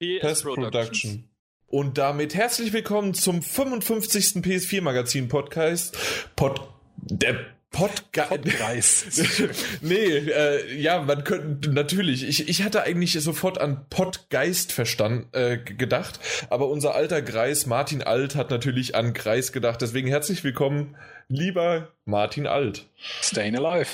[SPEAKER 7] PES
[SPEAKER 1] Test Production. Und damit herzlich willkommen zum 55. PS4 Magazin Podcast. Pod, der Podcast. nee, äh, ja, man könnte natürlich. Ich, ich hatte eigentlich sofort an Podgeist verstanden, äh, g- gedacht, aber unser alter Greis Martin Alt hat natürlich an Kreis gedacht. Deswegen herzlich willkommen, lieber Martin Alt.
[SPEAKER 3] Staying alive.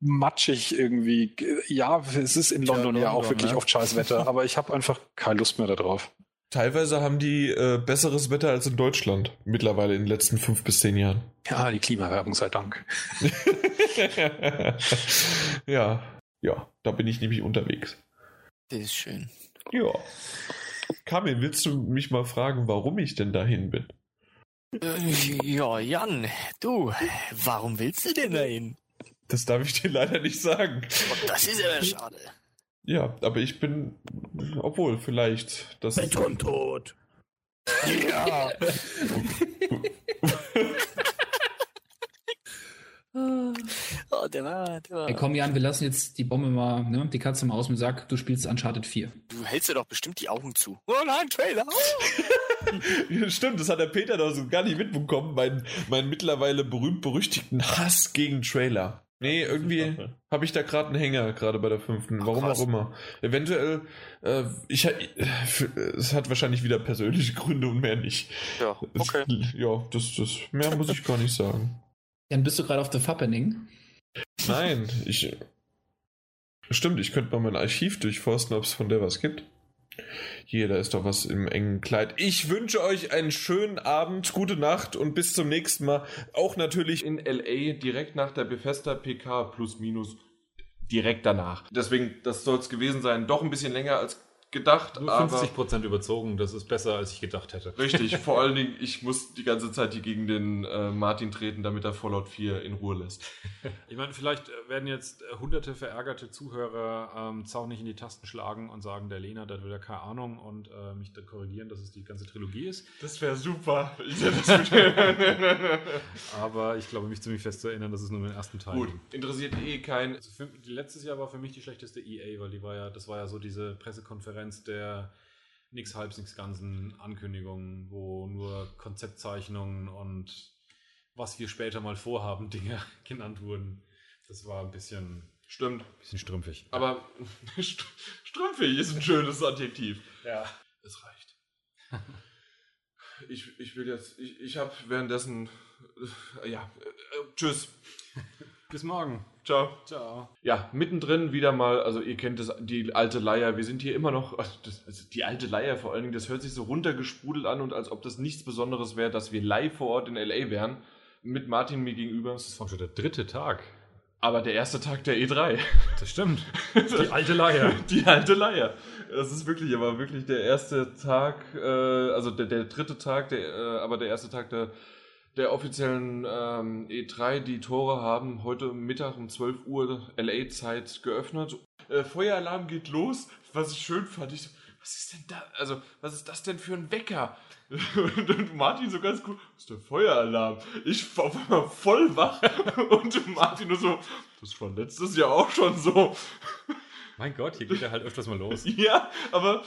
[SPEAKER 3] matschig irgendwie. Ja, es ist in London ja, auch
[SPEAKER 1] London,
[SPEAKER 3] wirklich
[SPEAKER 1] ne?
[SPEAKER 3] oft scheiß Wetter, aber ich habe einfach keine Lust mehr darauf.
[SPEAKER 1] Teilweise haben die äh, besseres Wetter als in Deutschland mittlerweile in den letzten fünf bis zehn Jahren.
[SPEAKER 3] Ja, die Klimawerbung sei Dank.
[SPEAKER 1] ja, ja, da bin ich nämlich unterwegs.
[SPEAKER 2] Das ist schön.
[SPEAKER 1] Ja. Kamil, willst du mich mal fragen, warum ich denn dahin bin?
[SPEAKER 2] Äh, Ja, Jan, du, warum willst du denn dahin? Oh,
[SPEAKER 1] Das darf ich dir leider nicht sagen.
[SPEAKER 2] Das ist ja schade.
[SPEAKER 1] Ja, aber ich bin, obwohl, vielleicht, das ist
[SPEAKER 6] Beton tot.
[SPEAKER 2] Ja. oh, der war, der war.
[SPEAKER 4] Ey, komm, Jan, wir lassen jetzt die Bombe mal, ne, die Katze mal aus dem Sack. Du spielst Uncharted 4.
[SPEAKER 2] Du hältst dir doch bestimmt die Augen zu. Oh nein, Trailer! Oh.
[SPEAKER 1] Stimmt, das hat der Peter da so gar nicht mitbekommen, meinen mein mittlerweile berühmt-berüchtigten Hass gegen Trailer. Nee, irgendwie habe ich da gerade einen Hänger, gerade bei der fünften. Warum
[SPEAKER 13] krass.
[SPEAKER 1] auch immer. Eventuell, äh, ich, ha- es hat wahrscheinlich wieder persönliche Gründe und mehr nicht.
[SPEAKER 7] Ja,
[SPEAKER 1] okay. Ja, das, das, mehr muss ich gar nicht sagen.
[SPEAKER 4] Jan, bist du gerade auf The Fappening?
[SPEAKER 1] Nein, ich. Stimmt, ich könnte mal mein Archiv durchforsten, ob es von der was gibt. Hier, da ist doch was im engen Kleid. Ich wünsche euch einen schönen Abend, gute Nacht und bis zum nächsten Mal. Auch natürlich in LA, direkt nach der Bethesda PK plus minus direkt danach. Deswegen, das soll es gewesen sein. Doch ein bisschen länger als gedacht,
[SPEAKER 17] Nur
[SPEAKER 1] aber
[SPEAKER 17] 50% überzogen, das ist besser, als ich gedacht hätte.
[SPEAKER 1] richtig. Vor allen Dingen, ich muss die ganze Zeit hier gegen den äh, Martin treten, damit er Fallout 4 in Ruhe lässt.
[SPEAKER 17] Ich meine, vielleicht äh, werden jetzt äh, hunderte verärgerte Zuhörer ähm, zaunig in die Tasten schlagen und sagen, der Lena, der hat wieder keine Ahnung und äh, mich da korrigieren, dass es die ganze Trilogie ist.
[SPEAKER 15] Das wäre super. Ich hätte das gut-
[SPEAKER 17] Aber ich glaube, mich ziemlich fest zu erinnern, dass es nur den ersten Teil
[SPEAKER 1] Gut,
[SPEAKER 17] ging.
[SPEAKER 1] interessiert eh kein.
[SPEAKER 17] Also für, die letztes Jahr war für mich die schlechteste EA, weil die war ja, das war ja so diese Pressekonferenz der nix halbs, nix ganzen Ankündigungen, wo nur Konzeptzeichnungen und was wir später mal vorhaben, Dinge genannt wurden. Das war ein bisschen.
[SPEAKER 1] Stimmt.
[SPEAKER 17] Bisschen strümpfig.
[SPEAKER 1] Aber st- strümpfig ist ein schönes Adjektiv.
[SPEAKER 17] Ja.
[SPEAKER 1] Es reicht. Ich, ich will jetzt, ich, ich habe währenddessen, äh, ja, äh, äh, tschüss.
[SPEAKER 17] Bis morgen.
[SPEAKER 1] Ciao.
[SPEAKER 17] Ciao.
[SPEAKER 1] Ja, mittendrin wieder mal, also ihr kennt das, die alte Leier, wir sind hier immer noch, also das, also die alte Leier vor allen Dingen, das hört sich so runtergesprudelt an und als ob das nichts Besonderes wäre, dass wir live vor Ort in L.A. wären, mit Martin mir gegenüber. Das
[SPEAKER 17] ist schon der dritte Tag.
[SPEAKER 1] Aber der erste Tag der E3.
[SPEAKER 17] Das stimmt. Die alte Leier.
[SPEAKER 1] Die alte Leier. Das ist wirklich, aber wirklich der erste Tag, äh, also der, der dritte Tag, der, äh, aber der erste Tag der, der offiziellen ähm, E3. Die Tore haben heute Mittag um 12 Uhr LA-Zeit geöffnet. Äh, Feueralarm geht los, was ich schön fand. Ich so, was ist denn da? Also, was ist das denn für ein Wecker? Und, und Martin so ganz cool, das ist der Feueralarm. Ich war auf einmal voll wach und Martin nur so, das war letztes Jahr auch schon so.
[SPEAKER 17] Mein Gott, hier geht er halt öfters mal los.
[SPEAKER 1] Ja, aber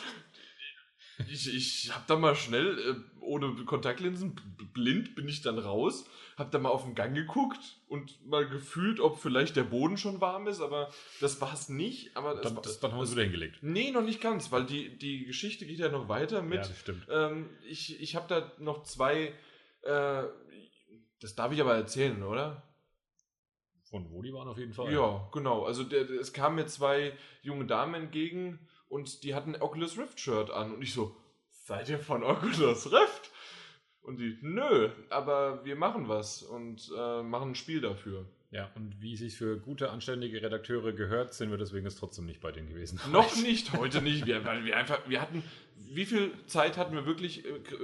[SPEAKER 1] ich, ich hab da mal schnell, äh, ohne Kontaktlinsen, b- blind bin ich dann raus, hab da mal auf den Gang geguckt und mal gefühlt, ob vielleicht der Boden schon warm ist, aber das war's nicht. Aber
[SPEAKER 17] Dann-
[SPEAKER 1] war-
[SPEAKER 17] das- dann haben wir es wieder hingelegt.
[SPEAKER 1] Nee, noch nicht ganz, weil die, die Geschichte geht ja noch weiter mit.
[SPEAKER 17] Ja, das stimmt.
[SPEAKER 1] Ähm, ich ich habe da noch zwei, äh, das darf ich aber erzählen, oder?
[SPEAKER 17] Von wo die waren auf jeden Fall.
[SPEAKER 1] Ja, genau. Also der, der, es kamen mir zwei junge Damen entgegen und die hatten ein Oculus Rift Shirt an und ich so, seid ihr von Oculus Rift? Und die, nö, aber wir machen was und äh, machen ein Spiel dafür.
[SPEAKER 18] Ja, und wie es sich für gute, anständige Redakteure gehört, sind wir deswegen jetzt trotzdem nicht bei denen gewesen.
[SPEAKER 1] Noch nicht, heute nicht. Wir, weil wir einfach, wir hatten, wie viel Zeit hatten wir wirklich, äh, k-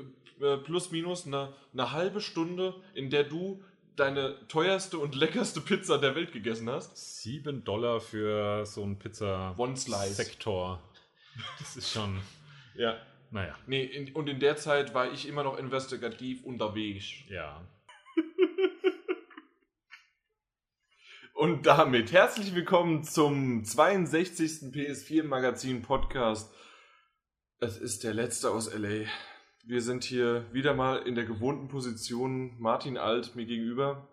[SPEAKER 1] äh, plus minus eine, eine halbe Stunde, in der du deine teuerste und leckerste Pizza der Welt gegessen hast?
[SPEAKER 18] 7 Dollar für so einen
[SPEAKER 1] One slice.
[SPEAKER 18] Pizza-Sektor. Das ist schon.
[SPEAKER 1] Ja.
[SPEAKER 18] Naja.
[SPEAKER 1] Nee, in, und in der Zeit war ich immer noch investigativ unterwegs.
[SPEAKER 18] Ja.
[SPEAKER 1] Und damit herzlich willkommen zum 62. PS4 Magazin Podcast. Es ist der letzte aus LA. Wir sind hier wieder mal in der gewohnten Position. Martin Alt mir gegenüber.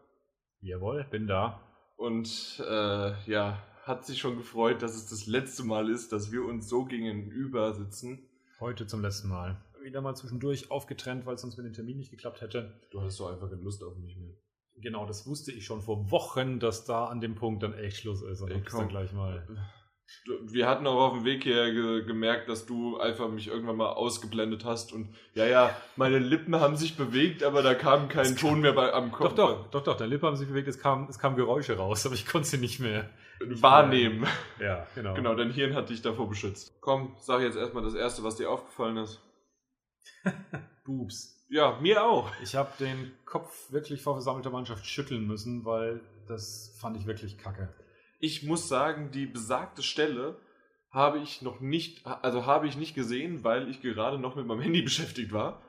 [SPEAKER 18] Jawohl, bin da.
[SPEAKER 1] Und äh, ja, hat sich schon gefreut, dass es das letzte Mal ist, dass wir uns so gegenüber sitzen.
[SPEAKER 18] Heute zum letzten Mal. Wieder mal zwischendurch aufgetrennt, weil es sonst mit dem Termin nicht geklappt hätte.
[SPEAKER 1] Du hattest doch einfach keine Lust auf mich mehr.
[SPEAKER 18] Genau, das wusste ich schon vor Wochen, dass da an dem Punkt dann echt Schluss ist. Und
[SPEAKER 1] Ey,
[SPEAKER 18] hab's
[SPEAKER 1] komm.
[SPEAKER 18] dann gleich mal.
[SPEAKER 1] Du- Wir hatten auch auf dem Weg hierher ge gemerkt, dass du einfach mich irgendwann mal ausgeblendet hast und ja, ja, meine Lippen haben sich bewegt, aber da kam kein Ton mehr bei, am Kopf.
[SPEAKER 18] Doch, doch, doch, doch, deine Lippen haben sich bewegt, es kamen es kam Geräusche raus, aber ich konnte sie nicht mehr. Nicht
[SPEAKER 1] Wahrnehmen.
[SPEAKER 18] Mehr. Ja, genau.
[SPEAKER 1] Genau, dein Hirn hat dich davor beschützt. Komm, sag jetzt erstmal das Erste, was dir aufgefallen ist.
[SPEAKER 18] Boobs.
[SPEAKER 1] Ja, mir auch.
[SPEAKER 18] Ich habe den Kopf wirklich vor versammelter Mannschaft schütteln müssen, weil das fand ich wirklich kacke.
[SPEAKER 1] Ich muss sagen, die besagte Stelle habe ich noch nicht, also habe ich nicht gesehen, weil ich gerade noch mit meinem Handy beschäftigt war.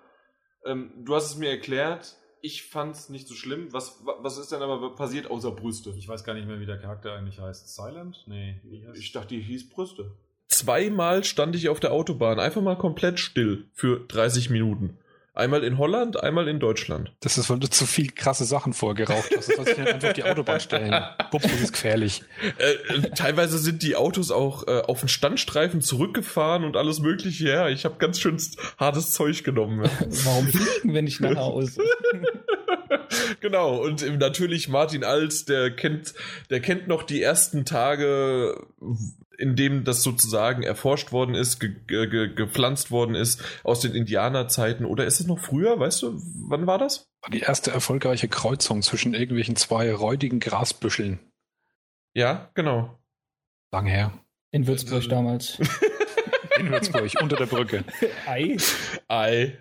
[SPEAKER 1] Ähm, du hast es mir erklärt, ich fand es nicht so schlimm. Was, wa- was ist denn aber passiert außer Brüste?
[SPEAKER 18] Ich weiß gar nicht mehr, wie der Charakter eigentlich heißt. Silent? Nee. Wie heißt
[SPEAKER 1] Ich dachte, die hieß Brüste.
[SPEAKER 19] Zweimal stand ich auf der Autobahn, einfach mal komplett still für 30 Minuten. Einmal in Holland, einmal in Deutschland.
[SPEAKER 3] Das ist, weil du zu viel krasse Sachen vorgeraucht hast. Das soll sich nicht einfach auf die Autobahn stellen. Bub, das ist gefährlich.
[SPEAKER 19] Äh, äh, teilweise sind die Autos auch äh, auf den Standstreifen zurückgefahren und alles Mögliche. Ja, ich habe ganz schön hartes Zeug genommen.
[SPEAKER 4] Warum fliegen wir nicht nach Hause?
[SPEAKER 19] genau, und im- natürlich Martin Alt, der kennt, der kennt noch die ersten Tage, in dem das sozusagen erforscht worden ist, ge ge ge gepflanzt worden ist aus den Indianerzeiten. Oder ist es noch früher? Weißt du, wann war das?
[SPEAKER 3] War die erste erfolgreiche Kreuzung zwischen irgendwelchen zwei räudigen Grasbüscheln.
[SPEAKER 19] Ja, genau.
[SPEAKER 3] Lang her.
[SPEAKER 4] In
[SPEAKER 15] Äh,
[SPEAKER 4] Würzburg damals.
[SPEAKER 3] In Würzburg, unter der Brücke.
[SPEAKER 4] Ei.
[SPEAKER 19] Ei.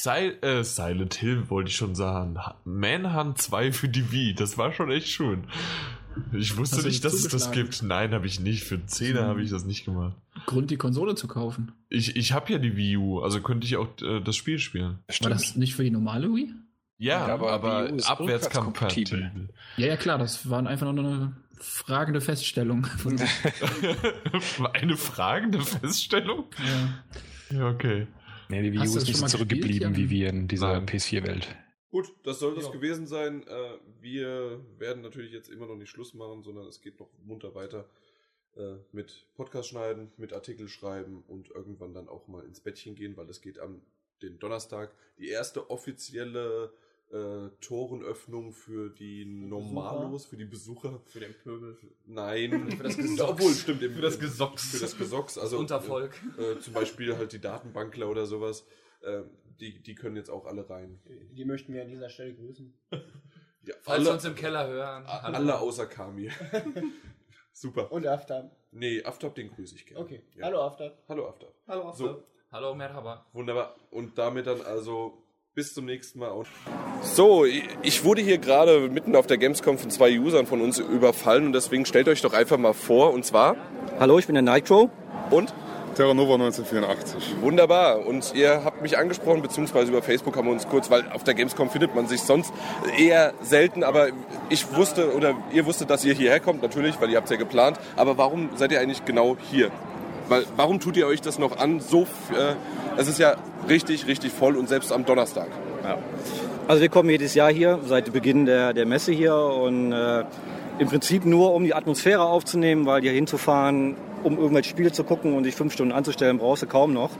[SPEAKER 19] Sil äh, Silent Hill wollte ich schon sagen. Manhunt 2 für die Wii, das war schon echt schön. Ich wusste
[SPEAKER 4] Hast du
[SPEAKER 19] nicht,
[SPEAKER 4] nicht
[SPEAKER 19] dass es das
[SPEAKER 4] zugeschlagen?
[SPEAKER 19] gibt. Nein, habe ich nicht. Für 10
[SPEAKER 4] Hm.
[SPEAKER 19] habe ich das nicht gemacht.
[SPEAKER 4] Grund, die Konsole zu kaufen.
[SPEAKER 19] Ich, ich habe ja die Wii U, also könnte ich auch äh, das Spiel spielen.
[SPEAKER 4] War das nicht für die normale Wii?
[SPEAKER 19] Ja,
[SPEAKER 3] Ja,
[SPEAKER 19] aber,
[SPEAKER 3] aber
[SPEAKER 19] aber
[SPEAKER 3] Wii U ist
[SPEAKER 19] abwärtskompatibel.
[SPEAKER 4] Ja, ja, klar, das war einfach nur eine fragende Feststellung.
[SPEAKER 19] Eine fragende Feststellung?
[SPEAKER 4] ja.
[SPEAKER 19] Ja, okay.
[SPEAKER 3] Nee, die Wii U
[SPEAKER 4] Hast du
[SPEAKER 3] ist
[SPEAKER 4] das
[SPEAKER 3] nicht
[SPEAKER 4] schon
[SPEAKER 3] so
[SPEAKER 4] mal
[SPEAKER 3] zurückgeblieben
[SPEAKER 4] gespielt,
[SPEAKER 3] wie wir in dieser PS4-Welt.
[SPEAKER 1] Gut, das soll das gewesen sein. Äh, wir werden natürlich jetzt immer noch nicht Schluss machen, sondern es geht noch munter weiter äh, mit Podcast schneiden, mit Artikel schreiben und irgendwann dann auch mal ins Bettchen gehen, weil es geht am den Donnerstag die erste offizielle äh, Torenöffnung für die Normalos, für die Besucher. Für den Pöbel. Nein.
[SPEAKER 20] Für das Gesocks.
[SPEAKER 1] Obwohl, stimmt. im-
[SPEAKER 20] Für das Gesocks.
[SPEAKER 1] Für das Gesocks.
[SPEAKER 20] Das
[SPEAKER 1] Also,
[SPEAKER 20] Untervolk.
[SPEAKER 1] Äh, äh, zum Beispiel halt die Datenbankler oder sowas. Äh, die, die können jetzt auch alle rein.
[SPEAKER 21] Die möchten wir an dieser Stelle grüßen.
[SPEAKER 1] Ja,
[SPEAKER 20] Falls wir uns im Keller hören.
[SPEAKER 1] a-
[SPEAKER 20] Hallo.
[SPEAKER 1] Alle außer Kami. Super.
[SPEAKER 21] Und Aftab.
[SPEAKER 1] Nee, Aftab, den grüße ich gerne.
[SPEAKER 21] Okay. Hallo, Aftab.
[SPEAKER 1] Hallo Aftab.
[SPEAKER 21] Hallo, Aftab.
[SPEAKER 1] So,
[SPEAKER 20] Hallo, Merhaba.
[SPEAKER 1] wunderbar. Und damit dann also bis zum nächsten Mal. So, ich wurde hier gerade mitten auf der Gamescom von zwei Usern von uns überfallen und deswegen stellt euch doch einfach mal vor und zwar.
[SPEAKER 16] Hallo, ich bin der Nitro.
[SPEAKER 1] Und?
[SPEAKER 16] Terranova 1984.
[SPEAKER 1] Wunderbar. Und ihr habt mich angesprochen, beziehungsweise über Facebook haben wir uns kurz, weil auf der Gamescom findet man sich sonst eher selten. Aber ich wusste oder ihr wusstet, dass ihr hierher kommt, natürlich, weil ihr habt es ja geplant. Aber warum seid ihr eigentlich genau hier? Weil, warum tut ihr euch das noch an? So, f- äh, es ist ja richtig, richtig voll und selbst am Donnerstag.
[SPEAKER 16] Also wir kommen jedes Jahr hier, seit Beginn der, der Messe hier und äh, im Prinzip nur, um die Atmosphäre aufzunehmen, weil hier hinzufahren, um irgendwelches Spiel zu gucken und sich fünf Stunden anzustellen, brauchst du kaum noch.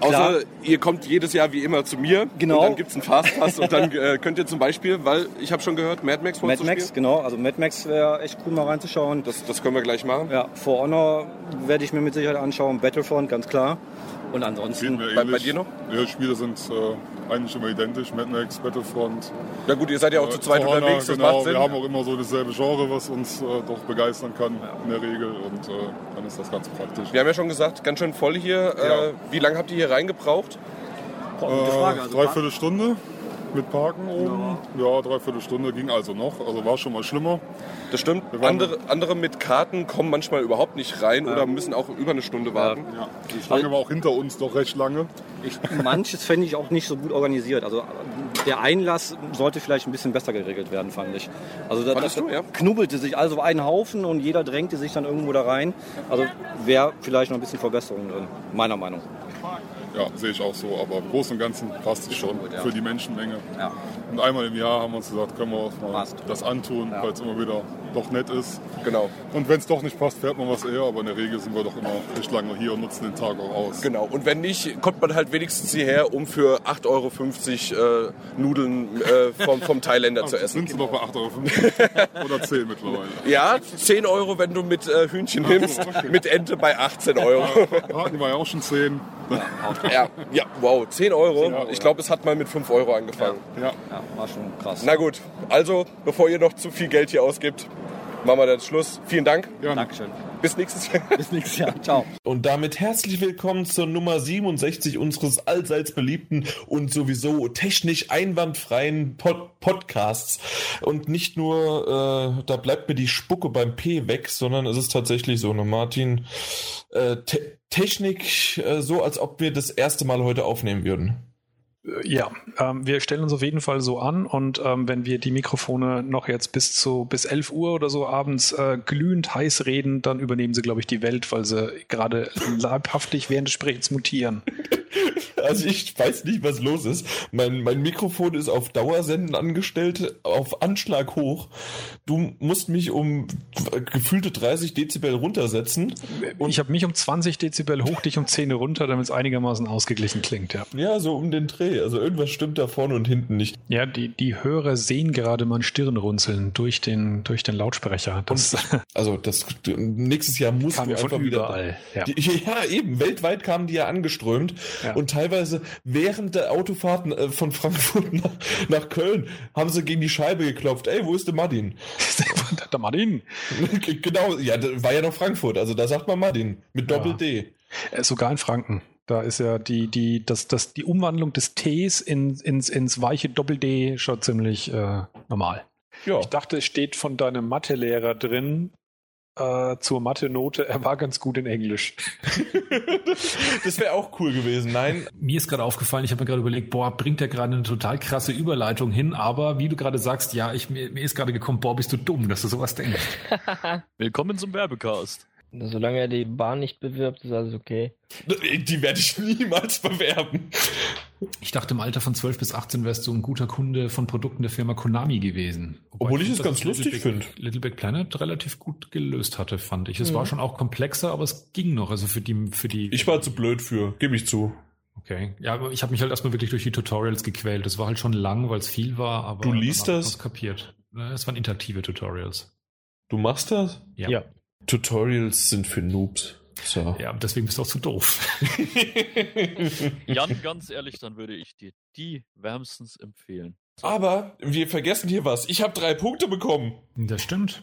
[SPEAKER 16] Klar,
[SPEAKER 1] Außer ihr kommt jedes Jahr wie immer zu mir.
[SPEAKER 16] Genau.
[SPEAKER 1] Und dann gibt es einen Fastpass und dann äh, könnt ihr zum Beispiel, weil ich habe schon gehört, Mad Max
[SPEAKER 16] Mad
[SPEAKER 1] wolltest du
[SPEAKER 16] Max,
[SPEAKER 1] spielen?
[SPEAKER 16] genau, also Mad Max wäre echt cool mal reinzuschauen.
[SPEAKER 1] Das, das können wir gleich machen.
[SPEAKER 16] Ja, For Honor werde ich mir mit Sicherheit anschauen, Battlefront, ganz klar. Und ansonsten.
[SPEAKER 22] Bei, bei dir noch? Ja, Spiele sind äh, eigentlich immer identisch. Mad Max, Battlefront.
[SPEAKER 12] Ja gut, ihr seid ja auch
[SPEAKER 22] äh,
[SPEAKER 12] zu zweit
[SPEAKER 22] Corona,
[SPEAKER 12] unterwegs, das
[SPEAKER 22] Genau,
[SPEAKER 12] macht Sinn.
[SPEAKER 22] wir haben auch immer so dasselbe Genre, was uns äh, doch begeistern kann in der Regel. Und äh, dann ist das ganz praktisch.
[SPEAKER 12] Wir haben ja schon gesagt, ganz schön voll hier. Äh, wie lange habt ihr hier reingebraucht?
[SPEAKER 22] Äh, dreiviertel Stunde mit Parken oben. Ja. dreiviertel Stunde ging also noch. Also war schon mal schlimmer.
[SPEAKER 12] Das stimmt. Andere, andere mit Karten kommen manchmal überhaupt nicht rein oder müssen auch über eine Stunde warten.
[SPEAKER 22] Ja. Die Schlange war auch hinter uns doch recht lange.
[SPEAKER 16] Ich, manches fände ich auch nicht so gut organisiert. Also der Einlass sollte vielleicht ein bisschen besser geregelt werden, fand ich. Also da,
[SPEAKER 12] Fandest
[SPEAKER 16] da
[SPEAKER 12] du, ja?
[SPEAKER 16] knubbelte sich also auf einen Haufen und jeder drängte sich dann irgendwo da rein. Also wäre vielleicht noch ein bisschen Verbesserung drin, meiner Meinung.
[SPEAKER 22] Ja, sehe ich auch so. Aber im Großen und Ganzen passt es schon
[SPEAKER 16] ja.
[SPEAKER 22] für die Menschenmenge. Und einmal im Jahr haben wir uns gesagt, können wir uns mal das antun, weil es immer wieder doch nett ist.
[SPEAKER 12] Genau.
[SPEAKER 22] Und wenn es doch nicht passt, fährt man was eher. Aber in der Regel sind wir doch immer recht lange hier und nutzen den Tag auch aus.
[SPEAKER 12] Genau. Und wenn nicht, kommt man halt wenigstens hierher, um für 8,50 Euro äh, Nudeln äh, vom, vom Thailänder zu essen.
[SPEAKER 22] Sind sie doch bei 8,50 Euro oder 10 mittlerweile.
[SPEAKER 12] Ja, 10 Euro, wenn du mit äh, Hühnchen nimmst, mit Ente bei 18 Euro.
[SPEAKER 22] Hatten wir ja auch schon 10.
[SPEAKER 12] Ja, ja wow, 10 Euro.
[SPEAKER 22] 10 Euro,
[SPEAKER 12] ich glaube, es hat mal mit 5 Euro angefangen.
[SPEAKER 22] Ja.
[SPEAKER 16] Ja, war schon krass.
[SPEAKER 12] Na gut, also bevor ihr noch zu viel Geld hier ausgibt, machen wir dann Schluss. Vielen Dank.
[SPEAKER 16] Dankeschön.
[SPEAKER 12] Bis nächstes Jahr.
[SPEAKER 16] Bis nächstes Jahr. Ciao.
[SPEAKER 1] Und damit herzlich willkommen zur Nummer 67 unseres allseits beliebten und sowieso technisch einwandfreien Pod Podcasts. Und nicht nur, äh, da bleibt mir die Spucke beim P weg, sondern es ist tatsächlich so, ne Martin, äh, te Technik äh, so, als ob wir das erste Mal heute aufnehmen würden.
[SPEAKER 3] Ja, ähm, wir stellen uns auf jeden Fall so an und ähm, wenn wir die Mikrofone noch jetzt bis zu bis 11 Uhr oder so abends äh, glühend heiß reden, dann übernehmen sie, glaube ich, die Welt, weil sie gerade leibhaftig während des Sprechens mutieren.
[SPEAKER 1] Also ich weiß nicht, was los ist. Mein, mein Mikrofon ist auf Dauersenden angestellt, auf Anschlag hoch. Du musst mich um gefühlte 30 Dezibel runtersetzen.
[SPEAKER 3] ich habe mich um 20 Dezibel hoch, dich um 10 runter, damit es einigermaßen ausgeglichen klingt, ja.
[SPEAKER 1] Ja, so um den Dreh. Also irgendwas stimmt da vorne und hinten nicht.
[SPEAKER 3] Ja, die, die Hörer sehen gerade mein Stirnrunzeln durch den, durch den Lautsprecher. Das
[SPEAKER 1] also das nächstes Jahr muss
[SPEAKER 3] kam
[SPEAKER 1] du
[SPEAKER 3] ja von
[SPEAKER 1] einfach wieder-
[SPEAKER 3] überall. Ja.
[SPEAKER 1] Die, ja, eben. Weltweit kamen die ja angeströmt.
[SPEAKER 3] Ja.
[SPEAKER 1] Und teilweise während der Autofahrten äh, von Frankfurt nach, nach Köln haben sie gegen die Scheibe geklopft. Ey, wo ist der Martin?
[SPEAKER 3] der Martin.
[SPEAKER 1] genau, ja, da war ja noch Frankfurt. Also da sagt man Martin mit Doppel D.
[SPEAKER 3] Äh, Sogar in Franken. Da ist ja die, die, das, das, die Umwandlung des Ts in, ins, ins weiche Doppel-D schon ziemlich äh, normal. Ich dachte, es steht von deinem Mathelehrer drin äh, zur Mathe-Note, er war ganz gut in Englisch.
[SPEAKER 1] Das wäre auch cool gewesen. Nein,
[SPEAKER 18] Mir ist gerade aufgefallen, ich habe mir gerade überlegt, boah, bringt er gerade eine total krasse Überleitung hin, aber wie du gerade sagst, ja, ich, mir, mir ist gerade gekommen, boah, bist du dumm, dass du sowas denkst.
[SPEAKER 7] Willkommen zum Werbecast.
[SPEAKER 23] Solange er die Bahn nicht bewirbt, ist alles okay.
[SPEAKER 1] Die werde ich niemals bewerben.
[SPEAKER 18] Ich dachte, im Alter von 12 bis 18 wärst du ein guter Kunde von Produkten der Firma Konami gewesen.
[SPEAKER 1] Obwohl ich es ganz
[SPEAKER 18] dass
[SPEAKER 1] lustig
[SPEAKER 18] Little Big-
[SPEAKER 1] find.
[SPEAKER 18] Little Big Planet relativ gut gelöst hatte, fand ich. Es
[SPEAKER 1] Mhm.
[SPEAKER 18] war schon auch komplexer, aber es ging noch. Also für die, für die.
[SPEAKER 1] Ich war zu blöd für, gebe ich zu.
[SPEAKER 18] Okay. Ja, aber ich habe mich halt erstmal wirklich durch die Tutorials gequält. Das war halt schon lang, weil es viel war, aber
[SPEAKER 1] Du liest
[SPEAKER 18] danach hab
[SPEAKER 1] das?
[SPEAKER 18] ich's kapiert. Ne, Es waren interaktive Tutorials.
[SPEAKER 1] Du machst das?
[SPEAKER 18] Ja. Ja.
[SPEAKER 1] Tutorials sind für Noobs. So.
[SPEAKER 18] Ja, deswegen bist du auch zu doof.
[SPEAKER 7] Jan, ganz ehrlich, dann würde ich dir die wärmstens empfehlen.
[SPEAKER 1] Aber wir vergessen hier was. Ich habe drei Punkte bekommen.
[SPEAKER 18] Das stimmt.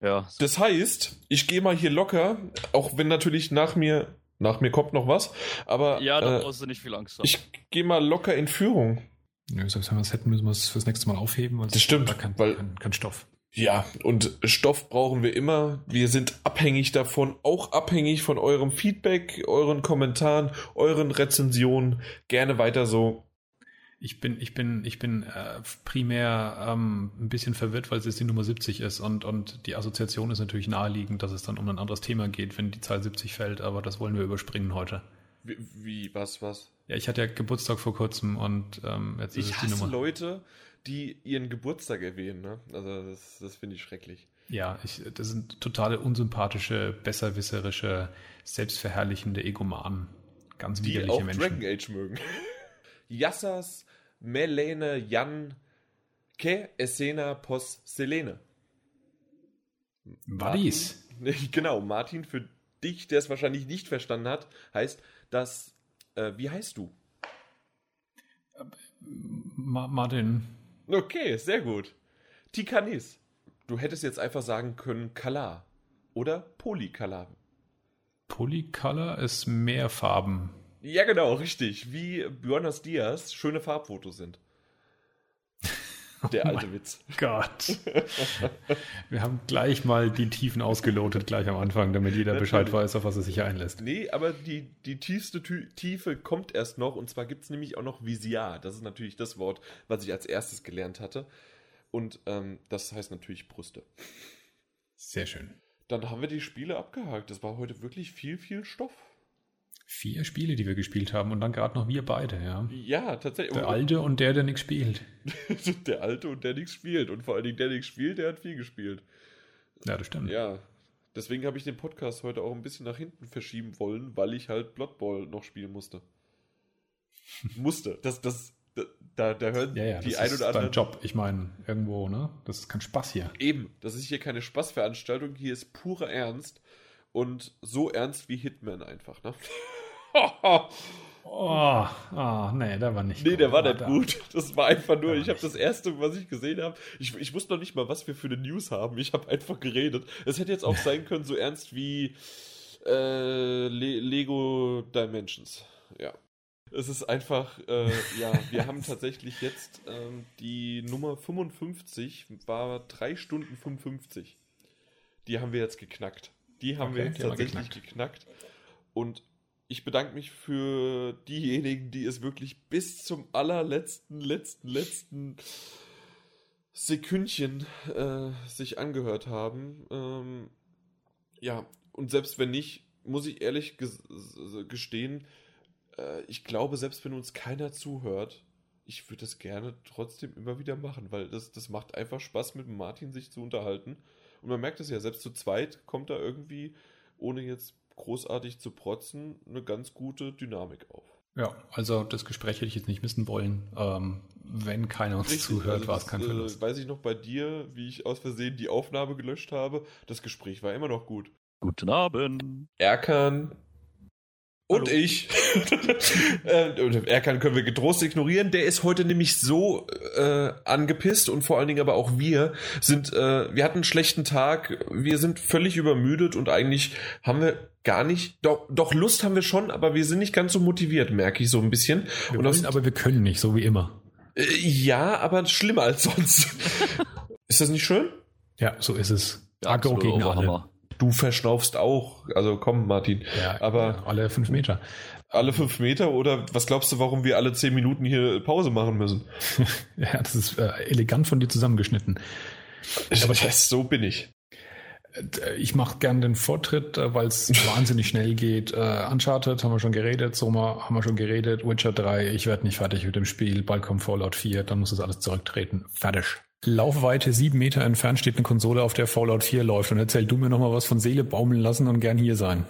[SPEAKER 7] Ja.
[SPEAKER 1] Das heißt, ich gehe mal hier locker, auch wenn natürlich nach mir, nach mir kommt noch was, aber
[SPEAKER 7] Ja, da
[SPEAKER 1] äh,
[SPEAKER 7] brauchst du nicht viel Angst haben.
[SPEAKER 1] ich gehe mal locker in Führung.
[SPEAKER 18] Ja, selbst wenn wir es hätten, müssen wir es fürs nächste Mal aufheben. Weil
[SPEAKER 1] Das stimmt,
[SPEAKER 18] Da kein,
[SPEAKER 1] weil-
[SPEAKER 18] kein, kein Stoff.
[SPEAKER 1] Ja, und Stoff brauchen wir immer. Wir sind abhängig davon, auch abhängig von eurem Feedback, euren Kommentaren, euren Rezensionen. Gerne weiter so.
[SPEAKER 18] Ich bin, ich bin, ich bin äh, primär ähm, ein bisschen verwirrt, weil es jetzt die Nummer 70 ist und, und die Assoziation ist natürlich naheliegend, dass es dann um ein anderes Thema geht, wenn die Zahl 70 fällt, aber das wollen wir überspringen heute.
[SPEAKER 1] Wie, wie was, was?
[SPEAKER 18] Ja, ich hatte ja Geburtstag vor kurzem und ähm, jetzt ist
[SPEAKER 1] Ich
[SPEAKER 18] es die
[SPEAKER 1] hasse
[SPEAKER 18] Nummer.
[SPEAKER 1] Leute, die ihren Geburtstag erwähnen. Ne? Also das, das finde ich schrecklich.
[SPEAKER 18] Ja, ich, das sind totale unsympathische, besserwisserische, selbstverherrlichende Egomanen. Ganz
[SPEAKER 1] Die
[SPEAKER 18] widerliche
[SPEAKER 1] auch
[SPEAKER 18] Menschen.
[SPEAKER 1] Dragon Age mögen. Yassas, Melene, Jan, Ke, Essena, Pos, Selene.
[SPEAKER 18] Buddies.
[SPEAKER 1] Martin- Genau, Martin, für dich, der es wahrscheinlich nicht verstanden hat, heißt, dass Äh, wie heißt du?
[SPEAKER 18] Ma Martin.
[SPEAKER 1] Okay, sehr gut. Tikanis. Du hättest jetzt einfach sagen können Kala oder Polikala.
[SPEAKER 18] Polycolor ist mehr Farben.
[SPEAKER 1] Ja, genau, richtig. Wie Buenos Dias schöne Farbfotos sind. Der
[SPEAKER 18] Oh
[SPEAKER 1] alte
[SPEAKER 18] mein
[SPEAKER 1] Witz.
[SPEAKER 18] Gott. Wir haben gleich mal die Tiefen ausgelotet, gleich am Anfang, damit jeder Bescheid
[SPEAKER 1] Natürlich.
[SPEAKER 18] weiß, auf was er sich einlässt.
[SPEAKER 1] Nee, aber die, die tiefste Tü Tiefe kommt erst noch. Und zwar gibt es nämlich auch noch Visier. Das ist natürlich das Wort, was ich als erstes gelernt hatte. Und ähm, das heißt natürlich Brüste.
[SPEAKER 18] Sehr schön.
[SPEAKER 1] Dann haben wir die Spiele abgehakt. Das war heute wirklich viel, viel Stoff.
[SPEAKER 18] Vier Spiele, die wir gespielt haben und dann gerade noch wir beide, ja.
[SPEAKER 1] Ja, tatsächlich.
[SPEAKER 18] Der Alte und der, der nichts spielt.
[SPEAKER 1] der Alte und der nichts spielt. Und vor allen Dingen, der nichts spielt, der hat viel gespielt.
[SPEAKER 18] Ja, das stimmt.
[SPEAKER 1] Ja. Deswegen habe ich den Podcast heute auch ein bisschen nach hinten verschieben wollen, weil ich halt Blood Bowl noch spielen musste. musste. Das, das, da, da, da hören
[SPEAKER 18] Ja, ja,
[SPEAKER 1] die
[SPEAKER 18] das
[SPEAKER 1] ein
[SPEAKER 18] ist
[SPEAKER 1] oder anderen.
[SPEAKER 18] dein Job. Ich meine, irgendwo, ne? Das ist kein Spaß hier.
[SPEAKER 1] Eben, das ist hier keine Spaßveranstaltung, hier ist purer Ernst. Und so ernst wie Hitman einfach, ne?
[SPEAKER 18] Oh, ah, nee, da war nicht.
[SPEAKER 1] Nee, der war
[SPEAKER 18] Aber
[SPEAKER 1] nicht
[SPEAKER 18] da-
[SPEAKER 1] gut. Das war einfach nur, ich habe das erste, was ich gesehen habe. Ich, ich wusste noch nicht mal, was wir für eine News haben. Ich habe einfach geredet. Es hätte jetzt auch sein können, so ernst wie äh, Le Lego Dimensions. Ja. Es ist einfach, äh, ja, wir haben tatsächlich jetzt ähm, die Nummer 55, war 3 Stunden 55. Die haben wir jetzt geknackt. Die haben wir
[SPEAKER 18] Okay,
[SPEAKER 1] jetzt
[SPEAKER 18] die haben wir
[SPEAKER 1] tatsächlich geknackt. Und ich bedanke mich für diejenigen, die es wirklich bis zum allerletzten, letzten, letzten Sekündchen äh, sich angehört haben. Ähm, ja, und selbst wenn nicht, muss ich ehrlich ges gestehen, äh, ich glaube, selbst wenn uns keiner zuhört, ich würde das gerne trotzdem immer wieder machen, weil das, das macht einfach Spaß, mit Martin sich zu unterhalten. Und man merkt es ja, selbst zu zweit kommt da irgendwie, ohne jetzt großartig zu protzen, eine ganz gute Dynamik auf.
[SPEAKER 18] Ja, also das Gespräch hätte ich jetzt nicht missen wollen. Ähm, wenn keiner uns
[SPEAKER 1] Richtig, also
[SPEAKER 18] zuhört, war
[SPEAKER 1] das,
[SPEAKER 18] es kein Verlust.
[SPEAKER 1] Äh, weiß ich noch bei dir, wie ich aus Versehen die Aufnahme gelöscht habe. Das Gespräch war immer noch gut.
[SPEAKER 7] Guten Abend.
[SPEAKER 1] Erkan. Und ich. Äh, und Erkan können wir getrost ignorieren. Der ist heute nämlich so äh, angepisst und vor allen Dingen aber auch wir sind, äh, wir hatten einen schlechten Tag, wir sind völlig übermüdet und eigentlich haben wir gar nicht, doch, doch Lust haben wir schon, aber wir sind nicht ganz so motiviert, merke ich so ein bisschen.
[SPEAKER 18] Wir
[SPEAKER 1] und aus,
[SPEAKER 18] wollen, aber wir können nicht, so wie immer.
[SPEAKER 1] äh, ja, aber schlimmer als sonst. ist das nicht schön?
[SPEAKER 18] Ja, so ist es.
[SPEAKER 1] Ja,
[SPEAKER 18] Agro
[SPEAKER 1] absolut,
[SPEAKER 18] gegen
[SPEAKER 1] aber
[SPEAKER 18] alle.
[SPEAKER 1] Hammer. Du verschnaufst auch. Also komm, Martin. aber
[SPEAKER 18] alle fünf Meter.
[SPEAKER 1] Alle fünf Meter oder was glaubst du, warum wir alle zehn Minuten hier Pause machen müssen?
[SPEAKER 18] Ja, das ist äh, elegant von dir zusammengeschnitten.
[SPEAKER 1] Aber so bin ich.
[SPEAKER 18] Äh, Ich mache gern den Vortritt, äh, weil es wahnsinnig schnell geht. Äh, Uncharted haben wir schon geredet, Soma haben wir schon geredet, Witcher 3, ich werde nicht fertig mit dem Spiel, bald kommt Fallout 4, dann muss das alles zurücktreten. Fertig. Laufweite sieben Meter entfernt steht eine Konsole, auf der Fallout 4 läuft und erzähl du mir nochmal was von Seele baumeln lassen und gern hier sein.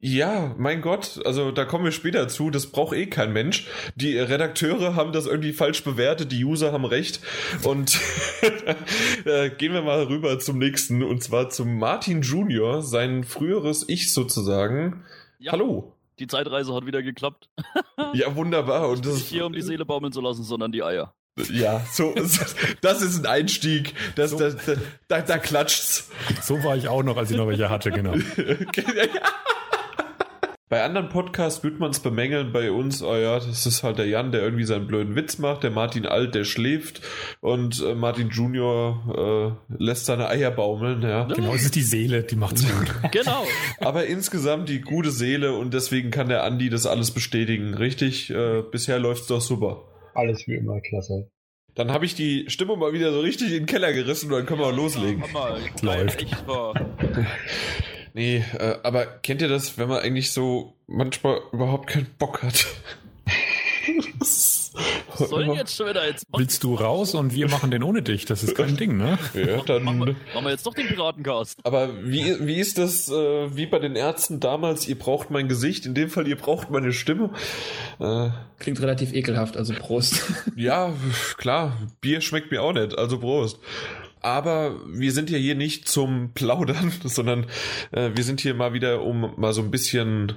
[SPEAKER 1] Ja, mein Gott, also da kommen wir später zu, das braucht eh kein Mensch. Die Redakteure haben das irgendwie falsch bewertet, die User haben recht. Und äh, gehen wir mal rüber zum nächsten, und zwar zum Martin Junior, sein früheres Ich sozusagen.
[SPEAKER 7] Ja.
[SPEAKER 1] Hallo.
[SPEAKER 7] Die Zeitreise hat wieder geklappt.
[SPEAKER 1] Ja, wunderbar. Und das
[SPEAKER 7] Nicht hier, um die Seele baumeln zu lassen, sondern die Eier.
[SPEAKER 1] Ja, so, so das ist ein Einstieg. Das, das, da, da, da klatscht's.
[SPEAKER 18] So war ich auch noch, als ich noch welche hatte, genau.
[SPEAKER 1] Bei anderen Podcasts würde man es bemängeln, bei uns, oh ja, das ist halt der Jan, der irgendwie seinen blöden Witz macht, der Martin Alt, der schläft und äh, Martin Junior äh, lässt seine Eier baumeln, ja.
[SPEAKER 18] Genau, es ist die Seele, die macht's gut.
[SPEAKER 7] Genau.
[SPEAKER 1] Aber insgesamt die gute Seele und deswegen kann der Andi das alles bestätigen, richtig? Äh, bisher läuft's doch super.
[SPEAKER 11] Alles wie immer, klasse.
[SPEAKER 1] Dann habe ich die Stimmung mal wieder so richtig in den Keller gerissen und dann können wir auch loslegen.
[SPEAKER 7] Hammer.
[SPEAKER 1] Läuft.
[SPEAKER 7] Echt wahr.
[SPEAKER 1] Nee, äh, aber kennt ihr das, wenn man eigentlich so manchmal überhaupt keinen Bock hat?
[SPEAKER 7] Was soll denn jetzt schon wieder jetzt? Mach,
[SPEAKER 18] Willst du raus und wir machen den ohne dich? Das ist kein Ding, ne?
[SPEAKER 1] Ja, dann.
[SPEAKER 7] machen wir jetzt doch den Piratencast.
[SPEAKER 1] Aber wie, wie ist das, äh, wie bei den Ärzten damals, ihr braucht mein Gesicht, in dem Fall ihr braucht meine Stimme? Äh,
[SPEAKER 4] Klingt relativ ekelhaft, also Prost.
[SPEAKER 1] ja, klar, Bier schmeckt mir auch nicht, also Prost. Aber wir sind ja hier nicht zum Plaudern, sondern äh, wir sind hier mal wieder, um mal so ein bisschen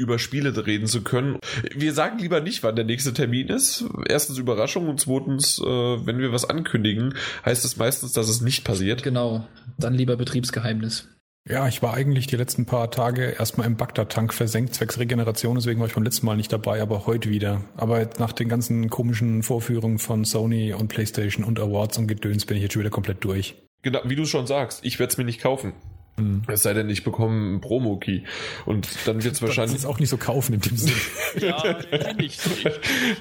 [SPEAKER 1] über Spiele reden zu können. Wir sagen lieber nicht, wann der nächste Termin ist. Erstens Überraschung und zweitens, äh, wenn wir was ankündigen, heißt es meistens, dass es nicht passiert.
[SPEAKER 4] Genau, dann lieber Betriebsgeheimnis.
[SPEAKER 18] Ja, ich war eigentlich die letzten paar Tage erstmal im Bagdad-Tank versenkt, zwecks Regeneration, deswegen war ich beim letzten Mal nicht dabei, aber heute wieder. Aber jetzt nach den ganzen komischen Vorführungen von Sony und PlayStation und Awards und Gedöns bin ich jetzt schon wieder komplett durch.
[SPEAKER 1] Genau, wie du schon sagst, ich werde es mir nicht kaufen.
[SPEAKER 18] Mhm.
[SPEAKER 1] Es sei denn, ich bekomme einen Promo-Key. Und dann wird es wahrscheinlich.
[SPEAKER 18] Das ist auch nicht so kaufen in dem Sinne.
[SPEAKER 3] Ja, nicht.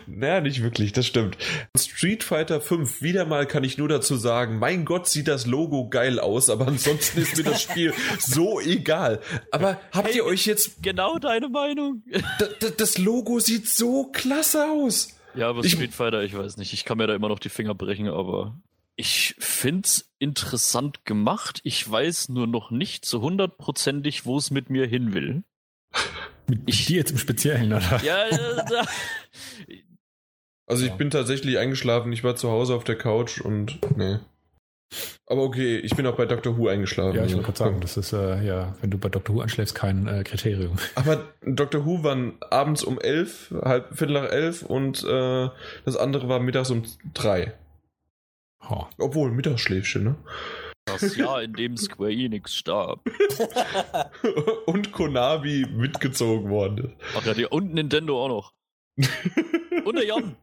[SPEAKER 1] naja, nicht wirklich, das stimmt. Street Fighter 5, wieder mal kann ich nur dazu sagen, mein Gott, sieht das Logo geil aus, aber ansonsten ist mir das Spiel so egal. Aber habt ihr euch jetzt.
[SPEAKER 3] Genau deine Meinung.
[SPEAKER 1] das Logo sieht so klasse aus.
[SPEAKER 3] Ja, aber Street Fighter, ich weiß nicht. Ich kann mir da immer noch die Finger brechen, aber ich find's interessant gemacht. Ich weiß nur noch nicht so hundertprozentig, wo es mit mir hin will.
[SPEAKER 18] Mit ich, dir jetzt im Speziellen, oder?
[SPEAKER 3] Ja, da, da,
[SPEAKER 1] Also ich bin tatsächlich eingeschlafen. Ich war zu Hause auf der Couch und nee. Aber okay, ich bin auch bei Dr. Who eingeschlafen.
[SPEAKER 18] Ja, ich wollte gerade sagen, das ist äh, ja, wenn du bei Dr. Who anschläfst, kein äh, Kriterium.
[SPEAKER 1] Aber Dr. Who waren abends um elf, halb viertel nach elf und äh, das andere war mittags um drei.
[SPEAKER 18] Ha.
[SPEAKER 1] Obwohl, Mittagsschläfchen, ne?
[SPEAKER 3] Das Jahr, in dem Square Enix starb.
[SPEAKER 1] Und Konami mitgezogen worden ist.
[SPEAKER 3] Ach ja, die, und Nintendo auch noch. Und der Jan.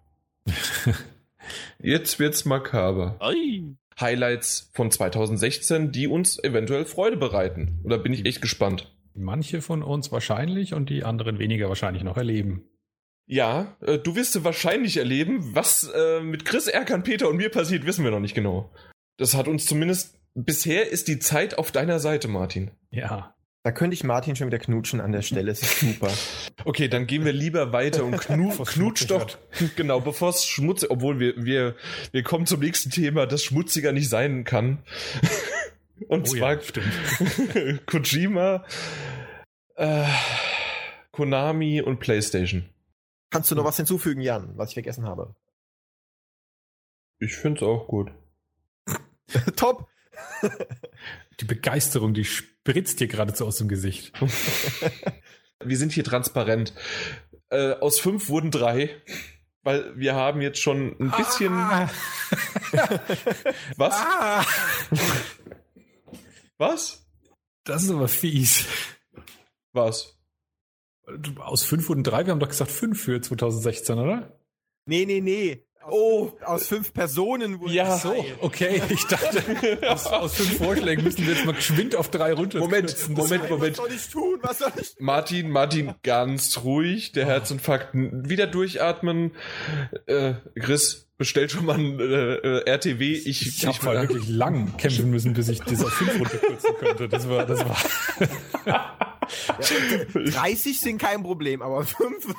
[SPEAKER 1] Jetzt wird's makaber.
[SPEAKER 3] Ei.
[SPEAKER 1] Highlights von 2016, die uns eventuell Freude bereiten. Oder bin ich echt gespannt?
[SPEAKER 18] Manche von uns wahrscheinlich und die anderen weniger wahrscheinlich noch erleben.
[SPEAKER 1] Ja, äh, du wirst sie wahrscheinlich erleben. Was äh, mit Chris, Erkan, Peter und mir passiert, wissen wir noch nicht genau. Das hat uns zumindest. Bisher ist die Zeit auf deiner Seite, Martin.
[SPEAKER 18] Ja.
[SPEAKER 16] Da könnte ich Martin schon wieder knutschen an der Stelle. Es ist super.
[SPEAKER 1] Okay, dann gehen wir lieber weiter und knu knutscht doch. Genau, bevor es schmutzig. Obwohl wir, wir, wir kommen zum nächsten Thema, das schmutziger nicht sein kann. Und
[SPEAKER 18] Oh
[SPEAKER 1] zwar
[SPEAKER 18] ja, stimmt.
[SPEAKER 1] Kojima, äh, Konami und PlayStation.
[SPEAKER 16] Kannst du noch was hinzufügen, Jan, was ich vergessen habe?
[SPEAKER 1] Ich find's auch gut.
[SPEAKER 16] Top!
[SPEAKER 18] Die Begeisterung, die spritzt dir geradezu aus dem Gesicht.
[SPEAKER 1] Wir sind hier transparent. Äh, aus fünf wurden drei, weil wir haben jetzt schon ein bisschen.
[SPEAKER 18] Ah.
[SPEAKER 1] Was? Was?
[SPEAKER 18] Das ist aber fies.
[SPEAKER 1] Was?
[SPEAKER 18] Aus 5 wurden 3, wir haben doch gesagt 5 für 2016, oder?
[SPEAKER 16] Nee, nee, nee. oh, aus fünf Personen wurde
[SPEAKER 18] Ach so, okay. Ich dachte, aus, aus 5 Vorschlägen müssen wir jetzt mal geschwind auf 3 runter.
[SPEAKER 1] Moment, Moment, Moment.
[SPEAKER 16] soll ich tun? Was soll ich
[SPEAKER 1] Martin, Martin, ganz ruhig.
[SPEAKER 18] Oh.
[SPEAKER 1] Der Herzinfarkt n- wieder durchatmen. Äh, Chris, bestell schon mal ein äh, äh, RTW. Ich,
[SPEAKER 18] Ich habe mal wirklich lang kämpfen müssen, bis ich das auf 5 runterkürzen könnte. Das war, das war.
[SPEAKER 16] 30 sind kein Problem, aber fünf.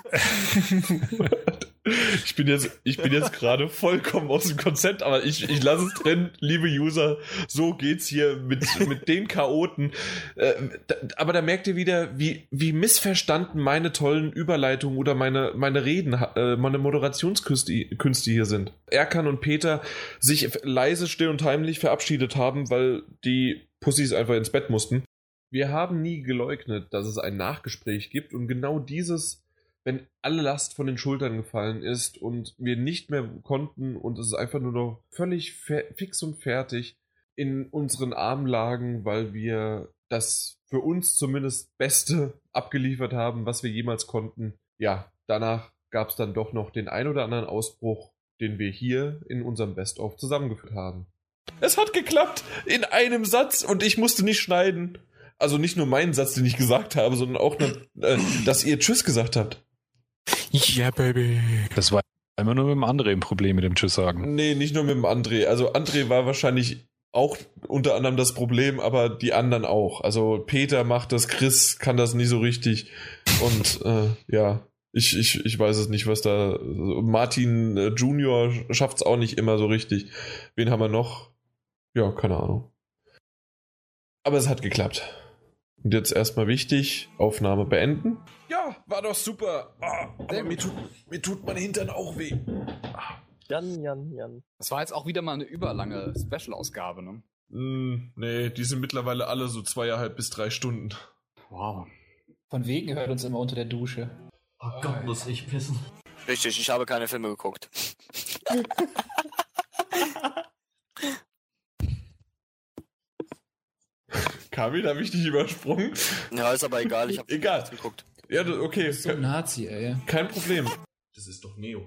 [SPEAKER 1] Ich bin jetzt, ich bin jetzt gerade vollkommen aus dem Konzept, aber ich, ich lasse es drin, liebe User. So geht's hier mit, mit den Chaoten. Äh, da, aber da merkt ihr wieder, wie, wie missverstanden meine tollen Überleitungen oder meine, meine Reden, ha- äh, meine Moderationskünste Künste hier sind. Erkan und Peter sich leise, still und heimlich verabschiedet haben, weil die Pussys einfach ins Bett mussten. Wir haben nie geleugnet, dass es ein Nachgespräch gibt und genau dieses wenn alle Last von den Schultern gefallen ist und wir nicht mehr konnten und es einfach nur noch völlig fe- fix und fertig in unseren Armen lagen, weil wir das für uns zumindest Beste abgeliefert haben, was wir jemals konnten. Ja, danach gab es dann doch noch den ein oder anderen Ausbruch, den wir hier in unserem Best-of zusammengeführt haben. Es hat geklappt in einem Satz und ich musste nicht schneiden. Also nicht nur meinen Satz, den ich gesagt habe, sondern auch, äh, dass ihr Tschüss gesagt habt.
[SPEAKER 18] Yeah, baby. Das war immer nur mit dem André ein Problem mit dem Tschüss sagen.
[SPEAKER 1] Nee, nicht nur mit dem André. Also André war wahrscheinlich auch unter anderem das Problem, aber die anderen auch. Also Peter macht das, Chris kann das nie so richtig. Und äh, ja, ich, ich, ich weiß es nicht, was da. Martin äh, Junior schafft es auch nicht immer so richtig. Wen haben wir noch? Ja, keine Ahnung. Aber es hat geklappt. Und jetzt erstmal wichtig, Aufnahme beenden. Ja, war doch super. Ah, aber mir tut, mir tut mein Hintern auch weh.
[SPEAKER 7] Jan, Jan, Jan. Das war jetzt auch wieder mal eine überlange Special-Ausgabe, ne?
[SPEAKER 1] Mm, nee, die sind mittlerweile alle so zweieinhalb bis drei Stunden.
[SPEAKER 7] Wow.
[SPEAKER 4] Von wegen hört uns immer unter der Dusche.
[SPEAKER 5] Oh Gott, muss ich pissen.
[SPEAKER 2] Richtig, ich habe keine Filme geguckt.
[SPEAKER 1] Kamil, habe ich dich übersprungen?
[SPEAKER 2] Ja, ist aber egal, ich habe
[SPEAKER 1] Egal.
[SPEAKER 2] geguckt.
[SPEAKER 1] Ja, du- okay.
[SPEAKER 4] So ein Nazi, ey.
[SPEAKER 1] Kein Problem.
[SPEAKER 15] Das ist doch Neo.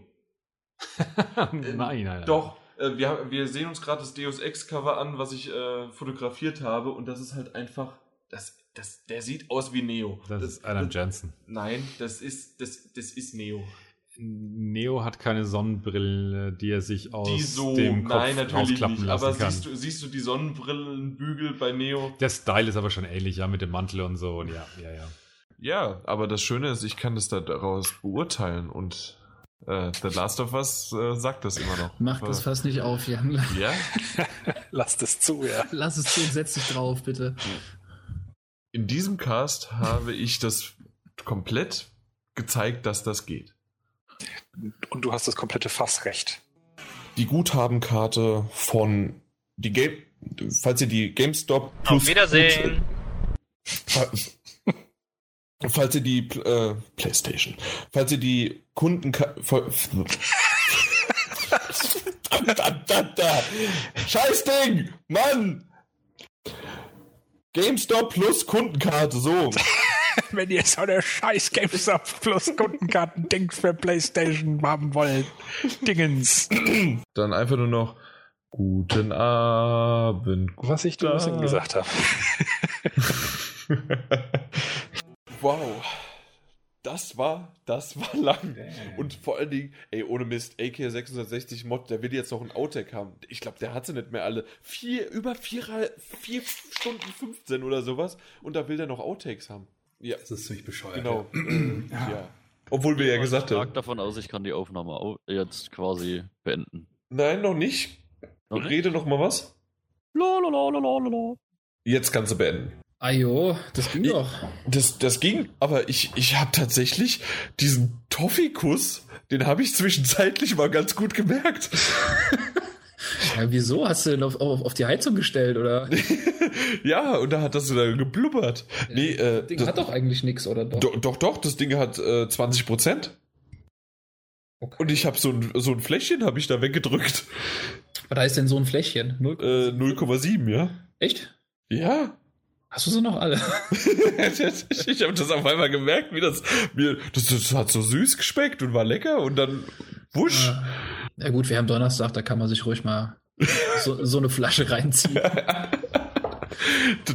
[SPEAKER 18] nein, nein, nein.
[SPEAKER 15] Doch, äh, wir, haben- wir sehen uns gerade das Deus Ex-Cover an, was ich äh, fotografiert habe, und das ist halt einfach. Das, das, der sieht aus wie Neo.
[SPEAKER 18] Das ist Alan Jensen.
[SPEAKER 15] Nein, das ist, das, das ist Neo.
[SPEAKER 18] Neo hat keine Sonnenbrille, die er sich aus
[SPEAKER 15] die so,
[SPEAKER 18] dem Kopf
[SPEAKER 15] nein, natürlich
[SPEAKER 18] rausklappen
[SPEAKER 15] nicht.
[SPEAKER 18] lassen
[SPEAKER 15] Aber
[SPEAKER 18] kann.
[SPEAKER 15] siehst du, siehst du die Sonnenbrillenbügel bei Neo?
[SPEAKER 18] Der Style ist aber schon ähnlich, ja, mit dem Mantel und so. Und ja, ja, ja.
[SPEAKER 1] Ja, aber das Schöne ist, ich kann das daraus beurteilen und äh, The Last of Us äh, sagt das immer noch.
[SPEAKER 4] Mach das fast nicht auf, Jan.
[SPEAKER 1] Ja?
[SPEAKER 3] Lass das zu, ja.
[SPEAKER 4] Lass es zu und setz dich drauf, bitte.
[SPEAKER 1] In diesem Cast habe ich das komplett gezeigt, dass das geht.
[SPEAKER 3] Und du hast das komplette Fassrecht.
[SPEAKER 1] Die Guthabenkarte von die Game, falls ihr die GameStop äh,
[SPEAKER 24] Auf Wiedersehen.
[SPEAKER 1] Falls- Äh, Falls ihr die Pl- äh, PlayStation, falls ihr die Kunden da, da, da. Scheiß Ding, Mann! GameStop plus Kundenkarte, so.
[SPEAKER 3] Wenn ihr so eine scheiß GameStop Plus Kundenkarten Ding für Playstation haben wollt. Dingens.
[SPEAKER 1] Dann einfach nur noch Guten Abend.
[SPEAKER 3] Was ich dir ein bisschen gesagt habe.
[SPEAKER 1] Wow. Das war, das war lang. Und vor allen Dingen, ey, ohne Mist, AK660 Mod, der will jetzt noch ein Outtake haben. Ich glaube, der hat sie nicht mehr alle. Vier, über vier, vier Stunden 15 oder sowas. Und da will der noch Outtakes haben. Ja. Das
[SPEAKER 10] ist ziemlich bescheuert.
[SPEAKER 1] Genau. Äh, ja. Obwohl wir ja gesagt
[SPEAKER 7] Ich
[SPEAKER 1] haben.
[SPEAKER 7] mag davon aus, ich kann die Aufnahme au- jetzt quasi beenden.
[SPEAKER 1] Nein, noch nicht.
[SPEAKER 7] Noch nicht?
[SPEAKER 1] Rede noch mal was.
[SPEAKER 7] Lalalalalalala.
[SPEAKER 1] Jetzt kannst du beenden.
[SPEAKER 4] Ajo, das ging doch.
[SPEAKER 1] Das, das ging, aber ich, ich habe tatsächlich diesen Toffikus, den habe ich zwischenzeitlich mal ganz gut gemerkt.
[SPEAKER 4] Ja, wieso? Hast du denn auf, auf, auf die Heizung gestellt, oder?
[SPEAKER 1] ja, und da hat das wieder geblubbert. Nee, äh,
[SPEAKER 4] Ding
[SPEAKER 1] das,
[SPEAKER 4] hat doch eigentlich nichts, oder doch?
[SPEAKER 1] doch, doch, doch, das Ding hat äh, 20 Prozent. Und ich habe so ein, so ein Fläschchen habe ich da weggedrückt.
[SPEAKER 4] Was heißt denn so ein Fläschchen? Null-
[SPEAKER 1] Äh, 0,7, ja.
[SPEAKER 4] Echt?
[SPEAKER 1] Ja.
[SPEAKER 4] Hast du sie noch alle?
[SPEAKER 1] ich habe das auf einmal gemerkt, wie das mir das, das hat so süß geschmeckt und war lecker und dann
[SPEAKER 4] Ah.
[SPEAKER 1] wusch.
[SPEAKER 4] Ja gut, wir haben Donnerstag, da kann man sich ruhig mal so, so eine Flasche reinziehen.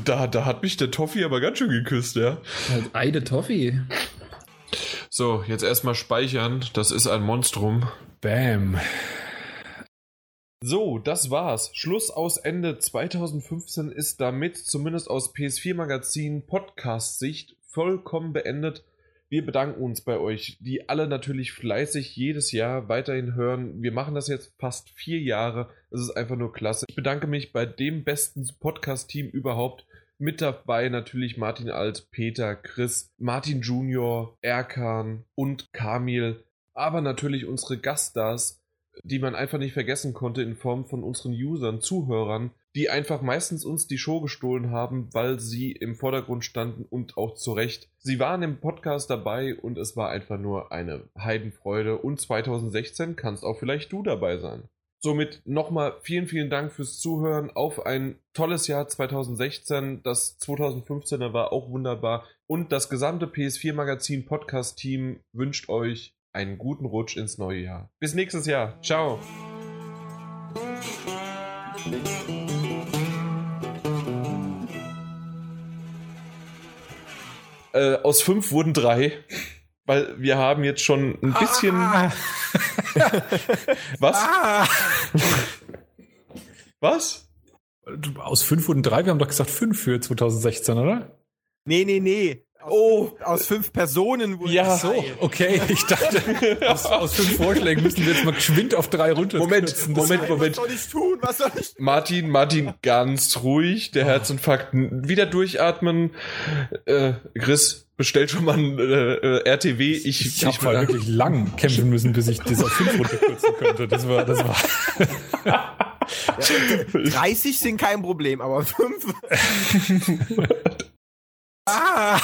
[SPEAKER 1] Da, da hat mich der Toffee aber ganz schön geküsst, ja.
[SPEAKER 4] Halt Eide Toffee.
[SPEAKER 1] So, jetzt erstmal speichern. Das ist ein Monstrum. Bam. So, das war's. Schluss aus Ende 2015 ist damit, zumindest aus PS4 Magazin Podcast-Sicht, vollkommen beendet. Wir bedanken uns bei euch, die alle natürlich fleißig jedes Jahr weiterhin hören. Wir machen das jetzt fast vier Jahre. Es ist einfach nur klasse. Ich bedanke mich bei dem besten Podcast-Team überhaupt. Mit dabei natürlich Martin Alt, Peter, Chris, Martin Junior, Erkan und Kamil. Aber natürlich unsere Gaststars, die man einfach nicht vergessen konnte in Form von unseren Usern, Zuhörern, die einfach meistens uns die Show gestohlen haben, weil sie im Vordergrund standen und auch zu Recht. Sie waren im Podcast dabei und es war einfach nur eine Heidenfreude und 2016 kannst auch vielleicht du dabei sein. Somit nochmal vielen, vielen Dank fürs Zuhören. Auf ein tolles Jahr 2016. Das 2015er war auch wunderbar. Und das gesamte PS4 Magazin Podcast Team wünscht euch einen guten Rutsch ins neue Jahr. Bis nächstes Jahr. Ciao. Äh, aus fünf wurden drei. Weil wir haben jetzt schon ein bisschen. Was?
[SPEAKER 16] Ah.
[SPEAKER 1] Was?
[SPEAKER 10] Aus 5 wurden 3, wir haben doch gesagt 5 für 2016, oder?
[SPEAKER 25] Nee, nee, nee. oh, aus fünf Personen wurde
[SPEAKER 10] Ach
[SPEAKER 1] Oh,
[SPEAKER 10] so, Oh, okay. Ich dachte, aus, aus fünf Vorschlägen müssen wir jetzt mal geschwind auf drei runter.
[SPEAKER 1] Moment, Moment, Moment.
[SPEAKER 25] Was soll ich tun? Was soll ich
[SPEAKER 1] Martin, Martin, ganz ruhig. Der Herzinfarkt n- wieder durchatmen. Äh, Chris, bestell schon mal ein äh, äh, RTW. Ich, ich,
[SPEAKER 10] Ich habe mal wirklich lang kämpfen müssen, bis ich das auf 5 runterkürzen könnte. Das war, das war.
[SPEAKER 25] 30 sind kein Problem, aber fünf. ah!